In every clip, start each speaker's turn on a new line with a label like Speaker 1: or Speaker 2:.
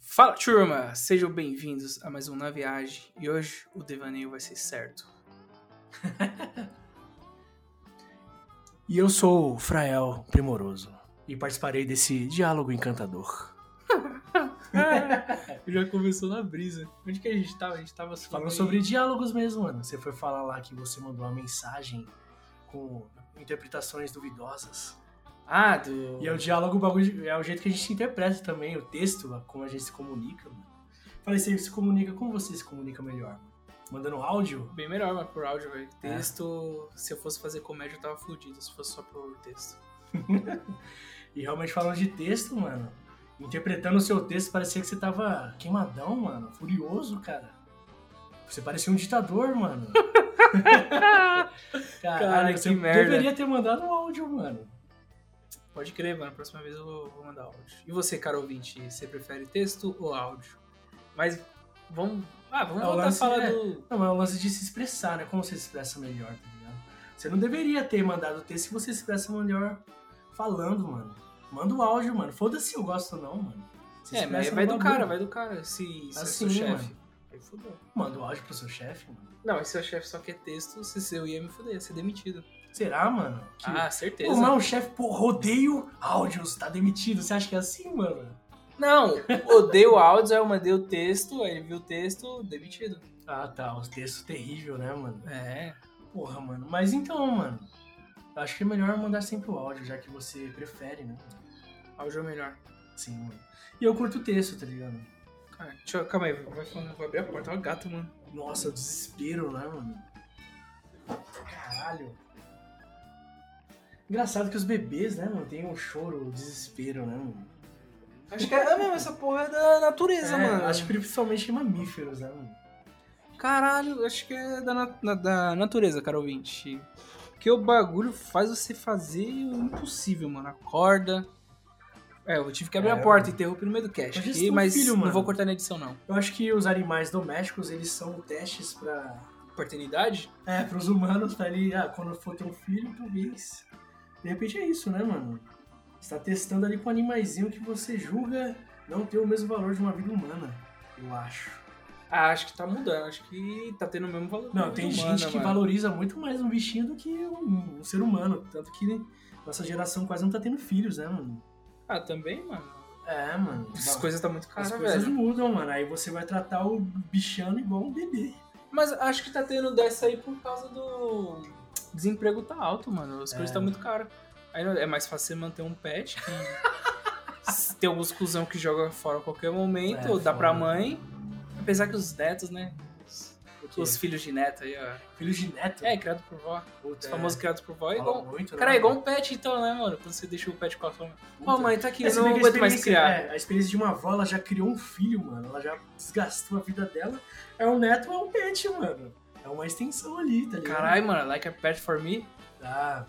Speaker 1: Fala, turma! Sejam bem-vindos a mais um Na Viagem. E hoje o devaneio vai ser certo.
Speaker 2: E eu sou o Frael Primoroso e participarei desse diálogo encantador.
Speaker 1: Já começou na brisa. Onde que a gente tava? A gente tava
Speaker 2: Falando sobre diálogos mesmo, mano. Você foi falar lá que você mandou uma mensagem com interpretações duvidosas.
Speaker 1: Ah, do...
Speaker 2: E é o diálogo, o bagulho, é o jeito que a gente se interpreta também, o texto, a- como a gente se comunica, mano. Falei, você se comunica, como você se comunica melhor? mano? Mandando áudio?
Speaker 1: Bem melhor, mano, por áudio, velho.
Speaker 2: É.
Speaker 1: Texto, se eu fosse fazer comédia, eu tava fudido. Se fosse só por texto.
Speaker 2: E realmente falando de texto, mano. Interpretando o seu texto, parecia que você tava queimadão, mano. Furioso, cara. Você parecia um ditador, mano. Caralho,
Speaker 1: Cara, que
Speaker 2: você
Speaker 1: merda.
Speaker 2: deveria ter mandado um áudio, mano.
Speaker 1: Pode crer, mano. Próxima vez eu vou, vou mandar áudio. E você, caro ouvinte, você prefere texto ou áudio? Mas vamos... Ah, vamos
Speaker 2: É, o
Speaker 1: voltar a
Speaker 2: lance
Speaker 1: falar
Speaker 2: é-
Speaker 1: do...
Speaker 2: Não, mas é o lance de se expressar, né? Como você se expressa melhor, tá ligado? Você não deveria ter mandado o texto se você se expressa melhor falando, mano. Manda o áudio, mano. Foda-se se eu gosto ou não, mano. Se
Speaker 1: É, mas
Speaker 2: expressa
Speaker 1: vai
Speaker 2: no
Speaker 1: do
Speaker 2: bagulho.
Speaker 1: cara, vai do cara. Se, se
Speaker 2: Assim,
Speaker 1: é seu chefe.
Speaker 2: mano.
Speaker 1: Aí fudeu.
Speaker 2: Manda o áudio pro seu chefe, mano.
Speaker 1: Não, e se seu chefe só quer texto, se seu ia me fuder, ia ser demitido.
Speaker 2: Será, mano? Que-
Speaker 1: Ah, certeza.
Speaker 2: Pô, mas o chefe, pô, rodeio áudios, tá demitido. Você acha que é assim, mano?
Speaker 1: Não, odeio áudios, aí eu mandei o texto, aí ele viu o texto, demitido.
Speaker 2: Ah, tá. Os textos terrível, né, mano?
Speaker 1: É.
Speaker 2: Porra, mano. Mas então, mano. eu Acho que é melhor mandar sempre o áudio, já que você prefere, né?
Speaker 1: Áudio é o melhor.
Speaker 2: Sim, mano. E eu curto o texto, tá ligado?
Speaker 1: Ah, deixa eu- calma aí, vai falando, vou abrir a porta, olha o gato, mano.
Speaker 2: Nossa, o desespero, né, mano? Caralho. Engraçado que os bebês, né, mano, tem um choro, o desespero, né, mano?
Speaker 1: Acho que é, é mesmo, essa porra é da natureza,
Speaker 2: É,
Speaker 1: mano.
Speaker 2: Acho que principalmente mamíferos, né, mano?
Speaker 1: Caralho, acho que é da, na- na- da natureza, cara ouvinte. Porque o bagulho faz você fazer o impossível, mano. Acorda. É, eu tive que abrir
Speaker 2: É,
Speaker 1: a porta, interrompi no meio do cast
Speaker 2: Mas isso
Speaker 1: aqui,
Speaker 2: é um
Speaker 1: mas
Speaker 2: filho,
Speaker 1: não
Speaker 2: mano.
Speaker 1: vou cortar na edição, não.
Speaker 2: Eu acho que os animais domésticos, eles são testes pra
Speaker 1: Paternidade?
Speaker 2: É, pros humanos tá ali, ah, quando for ter um filho, talvez. De repente é isso, né, mano? Você tá testando ali com um animaizinho que você julga não ter o mesmo valor de uma vida humana, eu acho.
Speaker 1: Ah, acho que tá mudando, acho que tá tendo o mesmo valor.
Speaker 2: Não, tem
Speaker 1: humana,
Speaker 2: gente que
Speaker 1: mano.
Speaker 2: valoriza muito mais um bichinho do que um, um ser humano. Tanto que nossa geração quase não tá tendo filhos, né, mano?
Speaker 1: Ah, também, mano.
Speaker 2: É, mano.
Speaker 1: Essas
Speaker 2: Ba-
Speaker 1: coisas tá muito
Speaker 2: As
Speaker 1: caras,
Speaker 2: coisas
Speaker 1: velho.
Speaker 2: mudam, mano. Aí você vai tratar o bichano igual um bebê.
Speaker 1: Mas acho que tá tendo dessa aí por causa do. Desemprego tá alto, mano. As
Speaker 2: É.
Speaker 1: coisas tá muito caras. Aí é mais fácil você manter um pet. que Tem alguns cuzão que joga fora a qualquer momento,
Speaker 2: É,
Speaker 1: ou dá pra
Speaker 2: foda.
Speaker 1: mãe. Apesar que os netos, né? Os, os
Speaker 2: Os
Speaker 1: filhos de neto aí, ó.
Speaker 2: filhos de neto.
Speaker 1: É, criado por vó. Os
Speaker 2: puta,
Speaker 1: famosos criados por vó é
Speaker 2: fala
Speaker 1: igual.
Speaker 2: muito, né,
Speaker 1: Cara, é igual
Speaker 2: mano?
Speaker 1: um pet então, né, mano? Quando você deixa o pet com a fama.
Speaker 2: Puta,
Speaker 1: Ó, mãe, tá aqui,
Speaker 2: É,
Speaker 1: eu
Speaker 2: você
Speaker 1: não
Speaker 2: vê que a
Speaker 1: aguento mais
Speaker 2: experiência-
Speaker 1: criar.
Speaker 2: é, a experiência de uma avó, ela já criou um filho, mano. Ela já desgastou a vida dela. É um neto, é um pet, mano. É uma extensão ali, tá ligado?
Speaker 1: Caralho, mano, like a pet for me.
Speaker 2: Ah,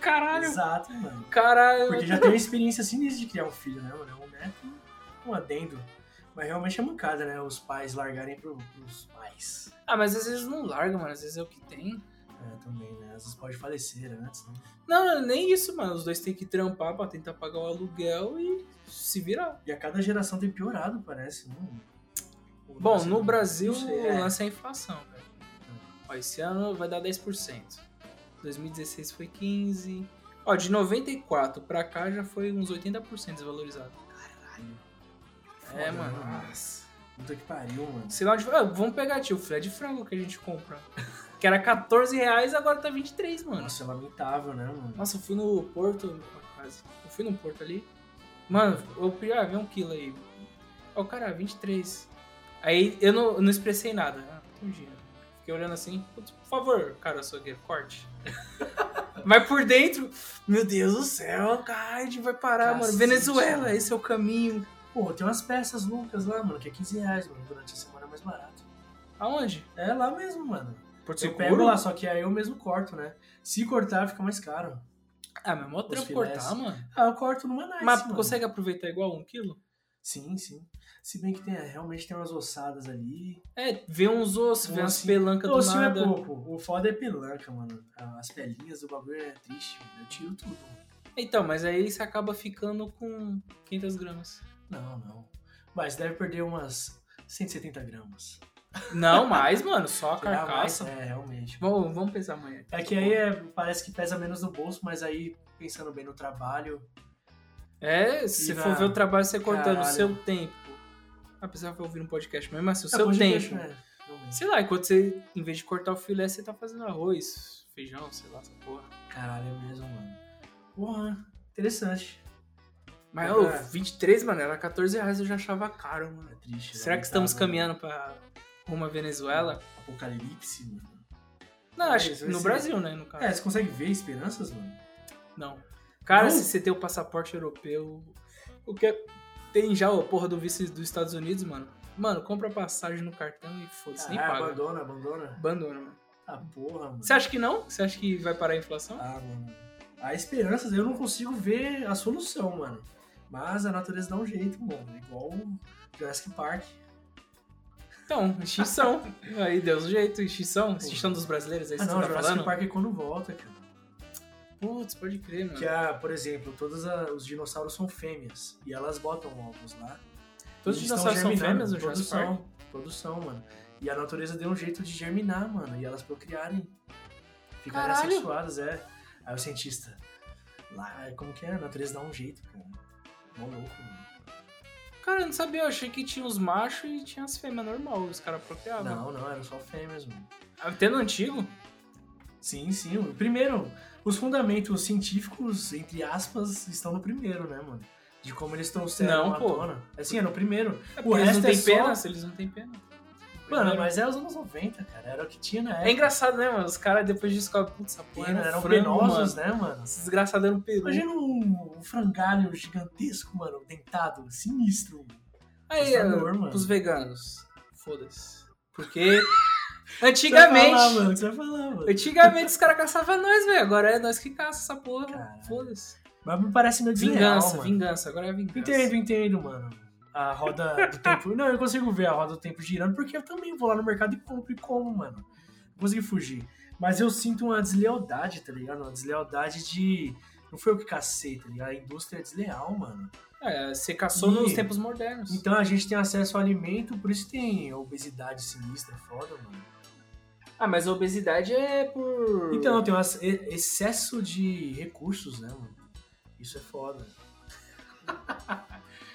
Speaker 1: Caralho,
Speaker 2: exato, mano.
Speaker 1: caralho.
Speaker 2: Porque já tem uma experiência sinistra de criar um filho, né, mano? É um neto, um adendo. Mas realmente é mancada, né? Os pais largarem pro, pros pais.
Speaker 1: Ah, mas às vezes não larga, mano. Às vezes é o que tem.
Speaker 2: É, também, né? Às vezes pode falecer antes, né?
Speaker 1: Não, não, nem isso, mano. Os dois têm que trampar pra tentar pagar o aluguel e se virar.
Speaker 2: E a cada geração tem piorado, parece. né, mano? O
Speaker 1: Bom,
Speaker 2: lance
Speaker 1: no
Speaker 2: do-
Speaker 1: Brasil
Speaker 2: não sei,
Speaker 1: o
Speaker 2: é.
Speaker 1: lance é a inflação, velho. Ó, esse ano vai dar 10%. 2016 foi 15%. Ó, de 94 pra cá já foi uns 80% desvalorizado.
Speaker 2: Caralho.
Speaker 1: é,
Speaker 2: Foda,
Speaker 1: mano.
Speaker 2: né,
Speaker 1: Nossa.
Speaker 2: Puta que pariu, mano.
Speaker 1: Sei lá onde. Ah, vamos pegar, tio, o filé de frango que a gente compra. Que era 14 reais, agora tá 23, mano.
Speaker 2: Nossa, é lamentável, né, mano?
Speaker 1: Nossa, eu fui no Porto, quase. Eu fui no Porto ali. Mano, eu pedi, ah, vê um quilo aí. Ó, o cara, 23. Aí eu não, eu não expressei nada. Ah, um dia. Fiquei olhando assim, putz, por favor, cara, açougueiro, corte. Mas por dentro, meu Deus do céu, cara, a gente vai parar, mano.
Speaker 2: Cacete,
Speaker 1: Venezuela,
Speaker 2: mano.
Speaker 1: esse é o caminho.
Speaker 2: Pô, tem umas peças loucas lá, mano, que é 15 reais, mano. Durante a semana é mais barato.
Speaker 1: Aonde?
Speaker 2: É lá mesmo, mano.
Speaker 1: Porto
Speaker 2: eu pego lá, só que aí eu mesmo corto, né? Se cortar, fica mais caro.
Speaker 1: Ah, mas é mó trampo
Speaker 2: filés.
Speaker 1: cortar, mano.
Speaker 2: Ah, eu corto numa nice,
Speaker 1: Mas
Speaker 2: mano.
Speaker 1: consegue aproveitar igual um quilo?
Speaker 2: Sim, sim. Se bem que tem, é, realmente tem umas ossadas ali.
Speaker 1: É, vê uns ossos, vê
Speaker 2: Um
Speaker 1: umas
Speaker 2: ossinho-
Speaker 1: pelancas do
Speaker 2: Ossinho é
Speaker 1: nada.
Speaker 2: pouco. O foda é pelanca, mano. Ah, As pelinhas do bagulho é triste, mano. Eu tiro tudo.
Speaker 1: Então, mas aí você acaba ficando com 500 gramas.
Speaker 2: Não, não. Mas deve perder umas 170 gramas.
Speaker 1: Não mais, mano, só a
Speaker 2: Tirar mais,
Speaker 1: carcaça.
Speaker 2: É, realmente.
Speaker 1: Bom, vamos pensar amanhã.
Speaker 2: É que aí é- parece que pesa menos no bolso, mas aí, pensando bem no trabalho,
Speaker 1: É, se
Speaker 2: E na-
Speaker 1: for ver o trabalho, você cortando o
Speaker 2: Caralho.
Speaker 1: seu tempo. Apesar de eu ouvir um podcast mesmo, mas assim, o
Speaker 2: Ah,
Speaker 1: seu
Speaker 2: pode
Speaker 1: tempo.
Speaker 2: deixar, né? Realmente.
Speaker 1: Sei lá, enquanto você, em vez de cortar o filé, você tá fazendo arroz, feijão, sei lá, essa porra.
Speaker 2: Caralho, é mesmo, mano. Porra, interessante.
Speaker 1: Mas,
Speaker 2: Cara.
Speaker 1: ô, 23, mano, era 14 reais, eu já achava caro, mano.
Speaker 2: É triste.
Speaker 1: Será que estamos
Speaker 2: lamentável. né?
Speaker 1: caminhando pra rumo à Venezuela?
Speaker 2: Apocalipse, mano.
Speaker 1: Não, acho
Speaker 2: Mas
Speaker 1: que
Speaker 2: vai
Speaker 1: no
Speaker 2: ser.
Speaker 1: Brasil, né, no caso.
Speaker 2: É, você consegue ver esperanças, mano?
Speaker 1: Não. Cara,
Speaker 2: Não?
Speaker 1: se você tem o passaporte europeu, o que é- tem já a porra do vice dos Estados Unidos, mano. Mano, compra passagem no cartão e foda-se, nem
Speaker 2: Caralho,
Speaker 1: paga.
Speaker 2: Ah, abandona, abandona.
Speaker 1: Abandona, mano.
Speaker 2: Ah, porra, mano.
Speaker 1: Você acha que não? Você acha que vai parar a inflação?
Speaker 2: Ah, mano. Há esperanças, eu não consigo ver a solução, mano. Mas a natureza dá um jeito, mano. Igual o Jurassic Park.
Speaker 1: Então, extinção. Aí deu um jeito, extinção. Extinção dos brasileiros, aí
Speaker 2: Ah,
Speaker 1: você
Speaker 2: não,
Speaker 1: tá
Speaker 2: Jurassic
Speaker 1: falando?
Speaker 2: Park é quando volta, cara.
Speaker 1: Putz, pode crer, mano.
Speaker 2: Que, é a, por exemplo, todos a- os dinossauros são fêmeas. E elas botam ovos lá.
Speaker 1: Todos os
Speaker 2: E estão
Speaker 1: dinossauros são
Speaker 2: germinando,
Speaker 1: fêmeas no
Speaker 2: todos
Speaker 1: Jurassic Park?
Speaker 2: são, Todos são, mano. E a natureza deu um jeito de germinar, mano. E elas procriarem. Ficarem
Speaker 1: Caralho!
Speaker 2: assexuadas, é. Aí o cientista. Lá, como que é? A natureza dá um jeito, cara. Mó louco, mano.
Speaker 1: Cara, eu não sabia, eu achei que tinha os machos e tinha as fêmeas normal, os caras apropriavam.
Speaker 2: Não, não, eram só fêmeas, mano.
Speaker 1: Até no antigo?
Speaker 2: Sim, sim. o Primeiro, os fundamentos científicos, entre aspas, estão no primeiro, né, mano? De como eles trouxeram
Speaker 1: Não,
Speaker 2: à
Speaker 1: pô.
Speaker 2: tona. Assim, é no primeiro.
Speaker 1: É
Speaker 2: o
Speaker 1: porque eles
Speaker 2: resto
Speaker 1: não
Speaker 2: é
Speaker 1: têm
Speaker 2: só...
Speaker 1: pena, se eles não têm pena.
Speaker 2: Mano,
Speaker 1: Primeiro-
Speaker 2: mas era os anos 90, cara. Era o que tinha na época.
Speaker 1: É engraçado, né, mano? Os caras depois descobrem, putz, essa porra
Speaker 2: Pena,
Speaker 1: era
Speaker 2: eram
Speaker 1: frango,
Speaker 2: penosos,
Speaker 1: mano.
Speaker 2: né, mano?
Speaker 1: Esse desgraçado era um peru.
Speaker 2: Imagina um, um frangalho gigantesco, mano, dentado, sinistro.
Speaker 1: Aí,
Speaker 2: assustador,
Speaker 1: é,
Speaker 2: mano.
Speaker 1: pros veganos, foda-se. Porque
Speaker 2: Você vai falar,
Speaker 1: antigamente,
Speaker 2: mano, você vai falar, mano.
Speaker 1: antigamente os caras caçavam nós, velho. Agora é nós que caça essa porra.
Speaker 2: Caralho.
Speaker 1: Foda-se.
Speaker 2: Mas me parece meio desleal,
Speaker 1: Vingança,
Speaker 2: mano.
Speaker 1: vingança. Agora é vingança.
Speaker 2: Entendo, entendo, mano. A roda do tempo. Não, eu consigo ver a roda do tempo girando, porque eu também vou lá no mercado e compro e como, mano. Não consegui fugir. Mas eu sinto uma deslealdade, tá ligado? Uma deslealdade de. Não foi eu que cacei, tá ligado? A indústria é desleal, mano.
Speaker 1: É, você caçou
Speaker 2: E-
Speaker 1: nos tempos modernos.
Speaker 2: Então a gente tem acesso ao alimento, por isso tem obesidade sinistra, foda, mano.
Speaker 1: Ah, mas a obesidade é por.
Speaker 2: Então, tem um ex- excesso de recursos, né, mano? Isso é foda. O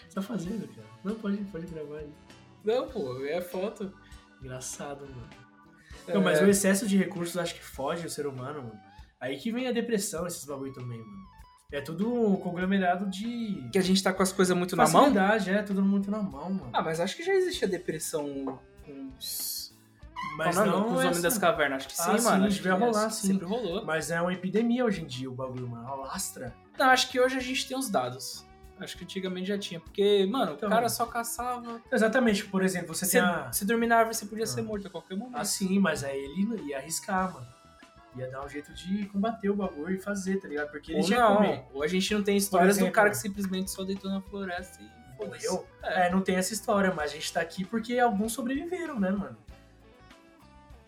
Speaker 2: que tá fazendo, cara? Não, pode, pode gravar aí.
Speaker 1: Não, pô, é foto.
Speaker 2: Engraçado, mano. Não, mas
Speaker 1: É,
Speaker 2: o excesso de recursos acho que foge o ser humano, mano. Aí que vem a depressão, esses bagulho também, mano. É tudo um conglomerado de.
Speaker 1: Que a gente tá com as coisas muito na mão?
Speaker 2: facilidade, é, tudo muito na mão, mano.
Speaker 1: Ah, mas acho que já existe a depressão com os.
Speaker 2: mas
Speaker 1: Qual o nome?
Speaker 2: não.
Speaker 1: com os
Speaker 2: é
Speaker 1: homens das
Speaker 2: assim.
Speaker 1: cavernas. Acho que sim,
Speaker 2: Ah, sim,
Speaker 1: mano. Acho
Speaker 2: devia
Speaker 1: que é,
Speaker 2: rolar, sim.
Speaker 1: Sempre rolou.
Speaker 2: Mas é uma epidemia hoje em dia o bagulho, mano. Alastra.
Speaker 1: Não, acho que hoje a gente tem os dados. Acho que antigamente já tinha. Porque, mano,
Speaker 2: Então.
Speaker 1: o cara só caçava.
Speaker 2: Exatamente, por exemplo, você
Speaker 1: Se,
Speaker 2: tem a.
Speaker 1: se dormir na árvore, você podia
Speaker 2: Ah.
Speaker 1: ser morto a qualquer momento.
Speaker 2: Assim, mas aí ele ia arriscar, mano. Ia dar um jeito de combater o bagulho e fazer, tá ligado? Porque ele
Speaker 1: Ou
Speaker 2: já ia comer.
Speaker 1: não. Ou a gente não tem histórias do
Speaker 2: exemplo.
Speaker 1: cara que simplesmente só deitou na floresta e. foda-se.
Speaker 2: Morreu?
Speaker 1: É.
Speaker 2: É, não tem essa história, mas a gente tá aqui porque alguns sobreviveram, né, mano?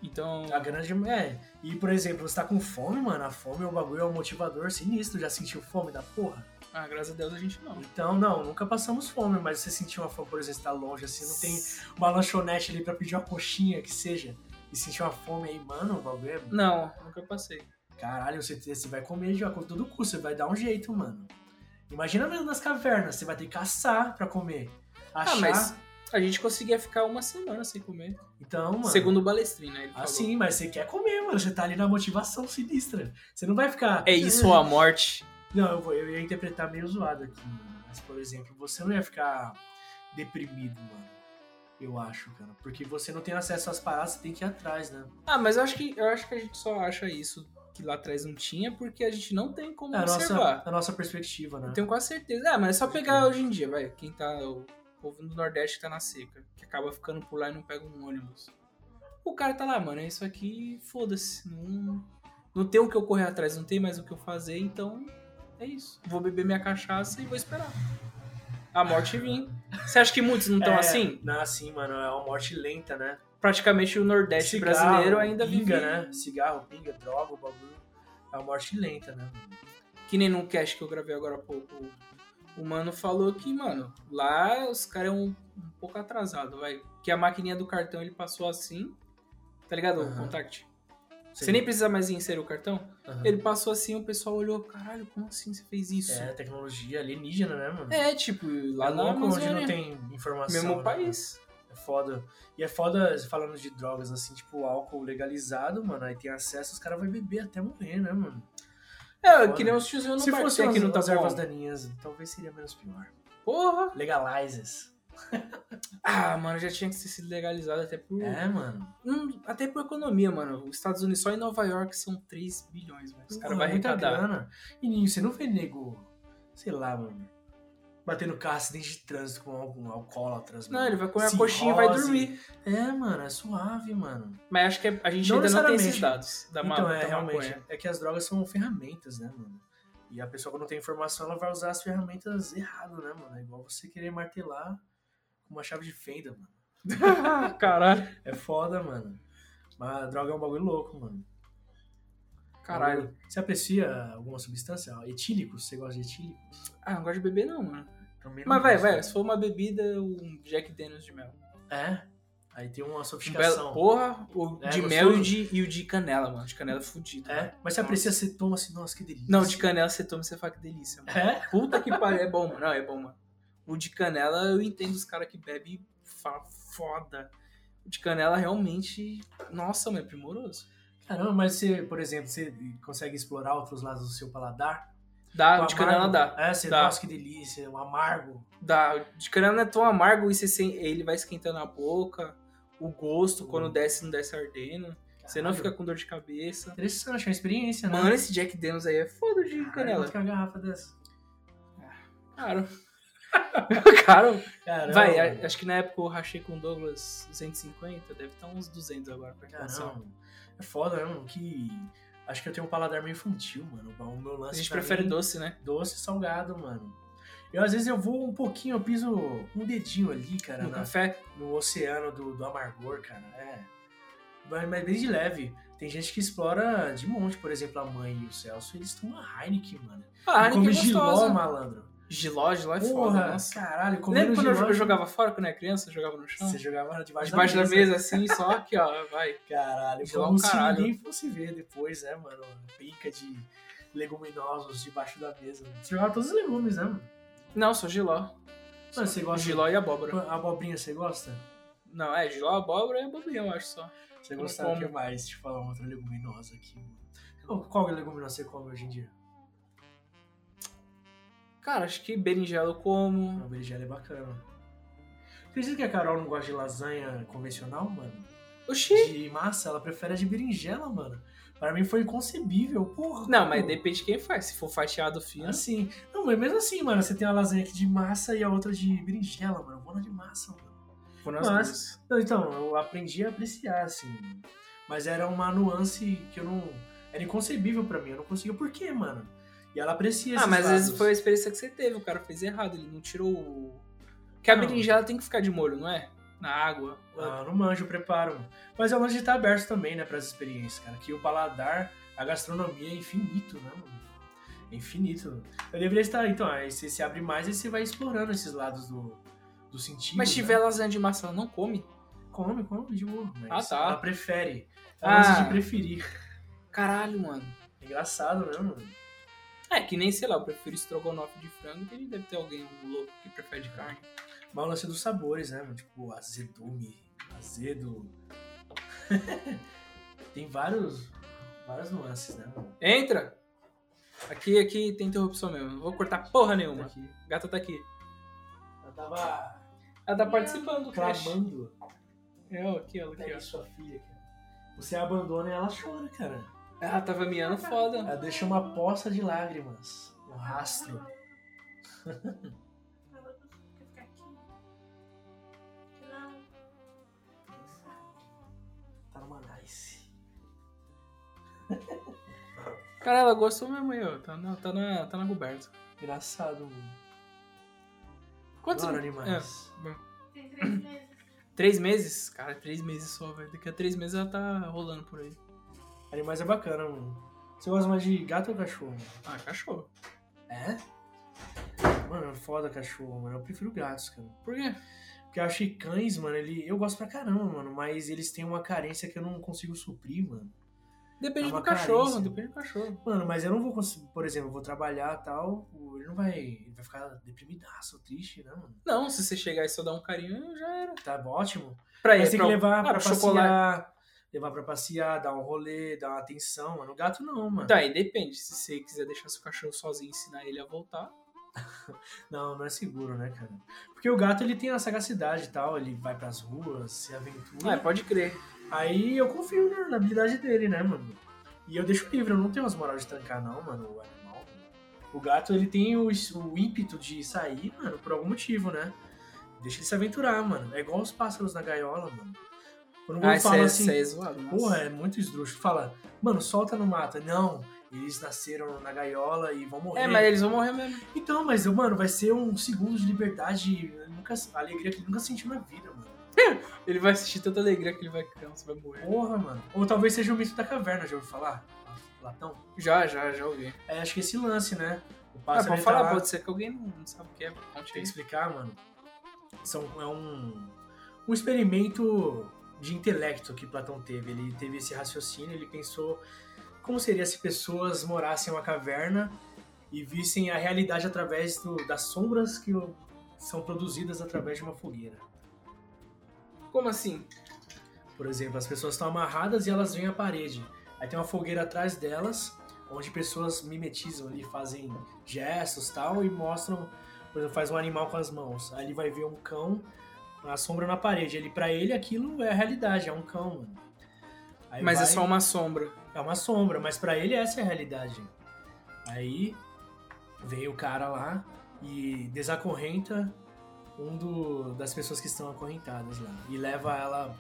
Speaker 1: Então.
Speaker 2: A grande. É. E, por exemplo, você tá com fome, mano. A fome é um bagulho, é um motivador sinistro. Já sentiu fome da porra?
Speaker 1: Ah, graças a Deus a gente não.
Speaker 2: Então, não, nunca passamos fome, mas você sentiu uma fome, por exemplo, você tá longe, assim, não tem uma lanchonete ali pra pedir uma coxinha que seja. E sentiu uma fome aí, mano, o bagulho é.
Speaker 1: Não, nunca passei.
Speaker 2: Caralho, você, você vai comer de acordo com todo cu, você vai dar um jeito, mano. Imagina mesmo nas cavernas, você vai ter que caçar pra comer. Achar.
Speaker 1: Ah, mas a gente conseguia ficar uma semana sem comer.
Speaker 2: Então, mano.
Speaker 1: Segundo o Balestrin, né? Ele falou.
Speaker 2: Assim, mas você quer comer, mano. Você tá ali na motivação sinistra. Você não vai ficar.
Speaker 1: É isso ou a morte?
Speaker 2: Não, eu, vou- eu ia interpretar meio zoado aqui, mano. Mas, por exemplo, você não ia ficar deprimido, mano. Eu acho, cara. Porque você não tem acesso às paradas, você tem que ir atrás, né?
Speaker 1: Ah, mas eu acho que eu acho que a gente só acha isso que lá atrás não tinha, porque a gente não tem como
Speaker 2: É a nossa,
Speaker 1: observar.
Speaker 2: a nossa perspectiva, né?
Speaker 1: Eu tenho quase certeza. Ah, mas é só pegar hoje em dia, vai. Quem tá. O povo do Nordeste que tá na seca, que acaba ficando por lá e não pega um ônibus. O cara tá lá, mano, é isso aqui, foda-se. Não, não tem o que eu correr atrás, não tem mais o que eu fazer, então é isso. Vou beber minha cachaça e vou esperar. A morte vir. Você acha que muitos não estão
Speaker 2: É,
Speaker 1: assim?
Speaker 2: Não, assim, mano. É uma morte lenta, né?
Speaker 1: Praticamente o Nordeste
Speaker 2: Cigarro,
Speaker 1: brasileiro ainda vive.
Speaker 2: pinga, né? Cigarro, pinga, droga, o bagulho. É uma morte lenta, né? mano?
Speaker 1: Que nem num cast que eu gravei agora há pouco. O mano falou que, mano, lá os caras é um um pouco atrasado, vai. Que a maquininha do cartão ele passou assim, tá ligado? O
Speaker 2: Aham.
Speaker 1: contact. Você
Speaker 2: Sim.
Speaker 1: nem precisa mais inserir o cartão.
Speaker 2: Aham.
Speaker 1: Ele passou assim, o pessoal olhou, caralho, como assim você fez isso?
Speaker 2: É, tecnologia alienígena, né, mano?
Speaker 1: É, tipo, lá
Speaker 2: É
Speaker 1: na
Speaker 2: louco onde não
Speaker 1: Amazônia,
Speaker 2: tem informação.
Speaker 1: mesmo
Speaker 2: né,
Speaker 1: país.
Speaker 2: mano? É foda. E é foda falando de drogas, assim, tipo álcool legalizado, mano. Aí tem acesso, os caras vão beber até morrer, né, mano?
Speaker 1: É,
Speaker 2: Foda.
Speaker 1: que nem os tiozinhos no
Speaker 2: Se fosse
Speaker 1: parque
Speaker 2: aqui
Speaker 1: que não
Speaker 2: no
Speaker 1: tá
Speaker 2: das ervas
Speaker 1: bom.
Speaker 2: daninhas, talvez seria menos pior.
Speaker 1: Porra!
Speaker 2: Legalizes.
Speaker 1: Ah, mano, já tinha que ter sido legalizado até por...
Speaker 2: É, mano.
Speaker 1: Hum, até por economia, mano. Os Estados Unidos, só em Nova York, são 3 bilhões, velho. Os caras
Speaker 2: Porra,
Speaker 1: vão
Speaker 2: é muita
Speaker 1: arrecadar.
Speaker 2: grana. E Ninho, você não vê nego, sei lá, mano, batendo carro, acidente de trânsito com algum alcoólatras,
Speaker 1: Não,
Speaker 2: mano.
Speaker 1: ele vai comer a coxinha e vai
Speaker 2: Cirrose.
Speaker 1: dormir.
Speaker 2: É, mano, é suave, mano.
Speaker 1: Mas acho que é, a gente
Speaker 2: Não
Speaker 1: ainda não tem esses
Speaker 2: necessariamente.
Speaker 1: dados da ma-
Speaker 2: então, é,
Speaker 1: da
Speaker 2: realmente,
Speaker 1: maconha.
Speaker 2: é que as drogas são ferramentas, né, mano? E a pessoa, quando tem informação, ela vai usar as ferramentas errado, né, mano? É igual você querer martelar com uma chave de fenda, mano.
Speaker 1: Caralho.
Speaker 2: É foda, mano. Mas a droga é um bagulho louco, mano.
Speaker 1: Caralho.
Speaker 2: Você aprecia alguma substância? Etílico? Você gosta de etílico?
Speaker 1: Ah, não gosto de beber não, mano.
Speaker 2: Também não
Speaker 1: Mas vai,
Speaker 2: gosto. né?
Speaker 1: vai. Se for uma bebida, um Jack Daniels de mel.
Speaker 2: É. Aí tem uma
Speaker 1: Um belo,
Speaker 2: sofisticação.
Speaker 1: porra, o
Speaker 2: É,
Speaker 1: de
Speaker 2: gostoso.
Speaker 1: mel e o de, e o de canela, mano. De canela é fudido. mano.
Speaker 2: É. Mas você aprecia, você toma assim, nossa, que delícia.
Speaker 1: Não, de canela você toma e você fala que delícia, mano.
Speaker 2: É?
Speaker 1: Puta que pariu, é bom, mano. Não, é bom, mano. O de canela, eu entendo os caras que bebem e falam foda. O de canela realmente. Nossa, mano, é primoroso.
Speaker 2: Caramba, mas você, por exemplo, você consegue explorar outros lados do seu paladar?
Speaker 1: Dá,
Speaker 2: O
Speaker 1: o Ah, de canela dá.
Speaker 2: amargo? É, você,
Speaker 1: Dá.
Speaker 2: nossa, que delícia, o amargo.
Speaker 1: Dá. O de canela não é tão amargo e você sen- ele vai esquentando a boca. O gosto, quando
Speaker 2: Hum.
Speaker 1: desce, não desce ardendo. Você não
Speaker 2: Caralho.
Speaker 1: fica com dor de cabeça.
Speaker 2: Interessante, é uma experiência, né?
Speaker 1: Mano, esse Jack Daniels aí é foda de canela.
Speaker 2: Quanto que é uma garrafa dessa?
Speaker 1: Caro. Caro.
Speaker 2: Caramba.
Speaker 1: Vai, a- acho que na época eu rachei com o Douglas 250, deve estar uns 200 agora pra inflação.
Speaker 2: Caramba. É foda, né, mano? Que. Acho que eu tenho um paladar meio infantil, mano. O meu
Speaker 1: A
Speaker 2: lance.
Speaker 1: gente
Speaker 2: pra
Speaker 1: prefere
Speaker 2: mim-
Speaker 1: doce, né?
Speaker 2: doce e salgado, mano. Eu às vezes eu vou um pouquinho, eu piso um dedinho ali, cara,
Speaker 1: No
Speaker 2: na-
Speaker 1: café.
Speaker 2: no oceano do, do amargor, cara. É. Mas, mas bem de leve. Tem gente que explora de monte, por exemplo, a mãe e o Celso, eles tomam Heineken, mano.
Speaker 1: Ah, a
Speaker 2: E
Speaker 1: Heineken é
Speaker 2: come giló,
Speaker 1: gostosa.
Speaker 2: malandro.
Speaker 1: Giló, giló é foda,
Speaker 2: Porra,
Speaker 1: nossa.
Speaker 2: caralho, comendo
Speaker 1: Lembra quando eu
Speaker 2: giló, é
Speaker 1: jo- eu jogava fora quando eu era criança? Eu jogava no chão?
Speaker 2: Você jogava debaixo,
Speaker 1: Debaixo da mesa, assim, só aqui, ó, vai.
Speaker 2: Caralho,
Speaker 1: Giló é
Speaker 2: como
Speaker 1: um caralho.
Speaker 2: se ninguém fosse ver depois, né, mano? Pica de leguminosos debaixo da mesa. Você jogava todos os legumes, né, mano?
Speaker 1: Não, só giló.
Speaker 2: Mano, você gosta
Speaker 1: Giló e abóbora.
Speaker 2: A abobrinha você gosta?
Speaker 1: Não, é giló, abóbora e abobrinha, eu acho só.
Speaker 2: Você
Speaker 1: Eu não
Speaker 2: gostava o
Speaker 1: como.
Speaker 2: que mais? Deixa eu falar uma outra leguminosa aqui. Qual, qual é leguminosa você come hoje em dia?
Speaker 1: Cara, acho que berinjela eu como.
Speaker 2: Uma berinjela é bacana. Acredita que a Carol não gosta de lasanha convencional, mano?
Speaker 1: Oxi!
Speaker 2: De massa, ela prefere a de berinjela, mano. Pra mim foi inconcebível, porra.
Speaker 1: Não, mas depende de quem faz. Se for fatiado fino,
Speaker 2: Assim, não, mas mesmo assim, mano, você tem uma lasanha aqui de massa e a outra de berinjela, mano. Eu vou na de massa, mano.
Speaker 1: por nós
Speaker 2: Mas-
Speaker 1: duas.
Speaker 2: Não, então, eu aprendi a apreciar, assim. Mas era uma nuance que eu não. Era inconcebível pra mim, eu não conseguia. Por quê, mano? E ela aprecia
Speaker 1: Ah,
Speaker 2: esses
Speaker 1: mas às vezes
Speaker 2: lados.
Speaker 1: foi a experiência que você teve. O cara fez errado, ele não tirou o. Porque a
Speaker 2: Não.
Speaker 1: berinjela tem que ficar de molho, não é? Na água.
Speaker 2: Ah, eu não manjo, o preparo. Mas é o lance de estar aberto também, né, pras experiências, cara. Que o paladar, a gastronomia é infinito, né, mano? É infinito. Eu deveria estar. Então, aí você se abre mais e você vai explorando esses lados do, do sentido.
Speaker 1: Mas se
Speaker 2: né?
Speaker 1: tiver lasanha de massa, ela não come.
Speaker 2: Come, come de boa. mas
Speaker 1: Ah, tá.
Speaker 2: Ela prefere. É o lance
Speaker 1: Ah.
Speaker 2: de preferir.
Speaker 1: Caralho, mano.
Speaker 2: Engraçado, né, mano?
Speaker 1: É, que nem, sei lá, eu prefiro estrogonofe de frango, que deve ter alguém um louco que prefere de carne.
Speaker 2: Mas o lance dos sabores, né? mano? Tipo, azedume, azedo. Tem vários, várias nuances, né? mano?
Speaker 1: Entra! Aqui, aqui tem interrupção mesmo. Não vou cortar porra nenhuma.
Speaker 2: Aqui.
Speaker 1: A Gata tá aqui.
Speaker 2: Eu tava
Speaker 1: Ela tá participando do cast.
Speaker 2: É. clamando
Speaker 1: Eu aqui, ela aqui,
Speaker 2: pegue
Speaker 1: ó.
Speaker 2: sua filha, cara. Você a abandona e ela chora, cara.
Speaker 1: Ela tava miando Ah, tá foda.
Speaker 2: Ela deixa uma poça de lágrimas, um rastro. Tá numa nice.
Speaker 1: Cara, ela gostou mesmo aí, ó. Tá na, tá na, tá na coberta.
Speaker 2: Engraçado, mano.
Speaker 1: Quantos é,
Speaker 2: Adoro animais.
Speaker 3: Tem três meses.
Speaker 1: Três meses? Cara, três meses só, velho. Daqui a três meses ela tá rolando por aí.
Speaker 2: Animais é bacana, mano. Você gosta mais de gato ou cachorro? mano?
Speaker 1: Ah, cachorro.
Speaker 2: É? Mano, é foda cachorro, mano. Eu prefiro gatos, cara.
Speaker 1: Por quê?
Speaker 2: Porque eu acho que cães, mano, ele, eu gosto pra caramba, mano, mas eles têm uma carência que eu não consigo suprir, mano.
Speaker 1: Depende
Speaker 2: É uma
Speaker 1: do cachorro,
Speaker 2: carência.
Speaker 1: depende do cachorro.
Speaker 2: Mano, mas eu não vou conseguir, por exemplo, eu vou trabalhar tal, o- ele não vai, ele vai ficar deprimidaço, triste, né, mano?
Speaker 1: Não, se você chegar e só dar um carinho, já era.
Speaker 2: Tá ótimo.
Speaker 1: Pra um-
Speaker 2: Mas
Speaker 1: ele
Speaker 2: tem que levar pra
Speaker 1: Ah, pro
Speaker 2: passear,
Speaker 1: chocolate.
Speaker 2: levar pra passear, dar um rolê, dar uma atenção, mano. O gato não, mano.
Speaker 1: Tá, e depende. Se você quiser deixar seu cachorro sozinho e ensinar ele a voltar.
Speaker 2: Não, não é seguro, né, cara? Porque o gato, ele tem a sagacidade e tal, ele vai pras ruas, se aventura.
Speaker 1: Ah, pode crer.
Speaker 2: Aí eu confio na, na habilidade dele, né, mano? E eu deixo livre, eu não tenho as moral de trancar, não, mano, o animal. O gato, ele tem o, is- o ímpeto de sair, mano, por algum motivo, né? Deixa ele se aventurar, mano. É igual os pássaros na gaiola, mano. Quando eu
Speaker 1: Ah, isso é,
Speaker 2: falo assim,
Speaker 1: isso é zoado. nossa.
Speaker 2: porra, é muito esdrúxulo. Fala, mano, solta no mata. Não, eles nasceram na gaiola e vão morrer.
Speaker 1: É, mas eles vão morrer mesmo.
Speaker 2: Então, mas, mano, vai ser um segundo de liberdade, nunca, a alegria que ele nunca sentiu na vida, mano.
Speaker 1: Ele vai assistir tanta alegria que ele vai criar, você vai morrer.
Speaker 2: Porra, mano. Ou talvez seja o mito da caverna, já ouviu falar? Platão?
Speaker 1: Já, já, já ouvi.
Speaker 2: É, acho que esse lance, né? O
Speaker 1: Ah,
Speaker 2: pássaro
Speaker 1: pode
Speaker 2: ele tá
Speaker 1: falar,
Speaker 2: lá,
Speaker 1: pode ser que alguém não não sabe o que é. Conte
Speaker 2: Deixa eu
Speaker 1: aí.
Speaker 2: explicar, mano. São, é um, um experimento de intelecto que Platão teve. Ele teve esse raciocínio, ele pensou como seria se pessoas morassem em uma caverna e vissem a realidade através do- das sombras que o- são produzidas através de uma fogueira.
Speaker 1: Como assim?
Speaker 2: Por exemplo, as pessoas estão amarradas e elas vêm à parede. Aí tem uma fogueira atrás delas, onde pessoas mimetizam ali, fazem gestos tal, e mostram, por exemplo, faz um animal com as mãos. Aí ele vai ver um cão, a sombra na parede. Ele, para ele, aquilo é a realidade, é um cão, mano. Aí
Speaker 1: mas é
Speaker 2: vai-
Speaker 1: só uma sombra.
Speaker 2: é uma sombra, mas pra ele essa é a realidade. Aí veio o cara lá e desacorrenta um do- das pessoas que estão acorrentadas lá e leva ela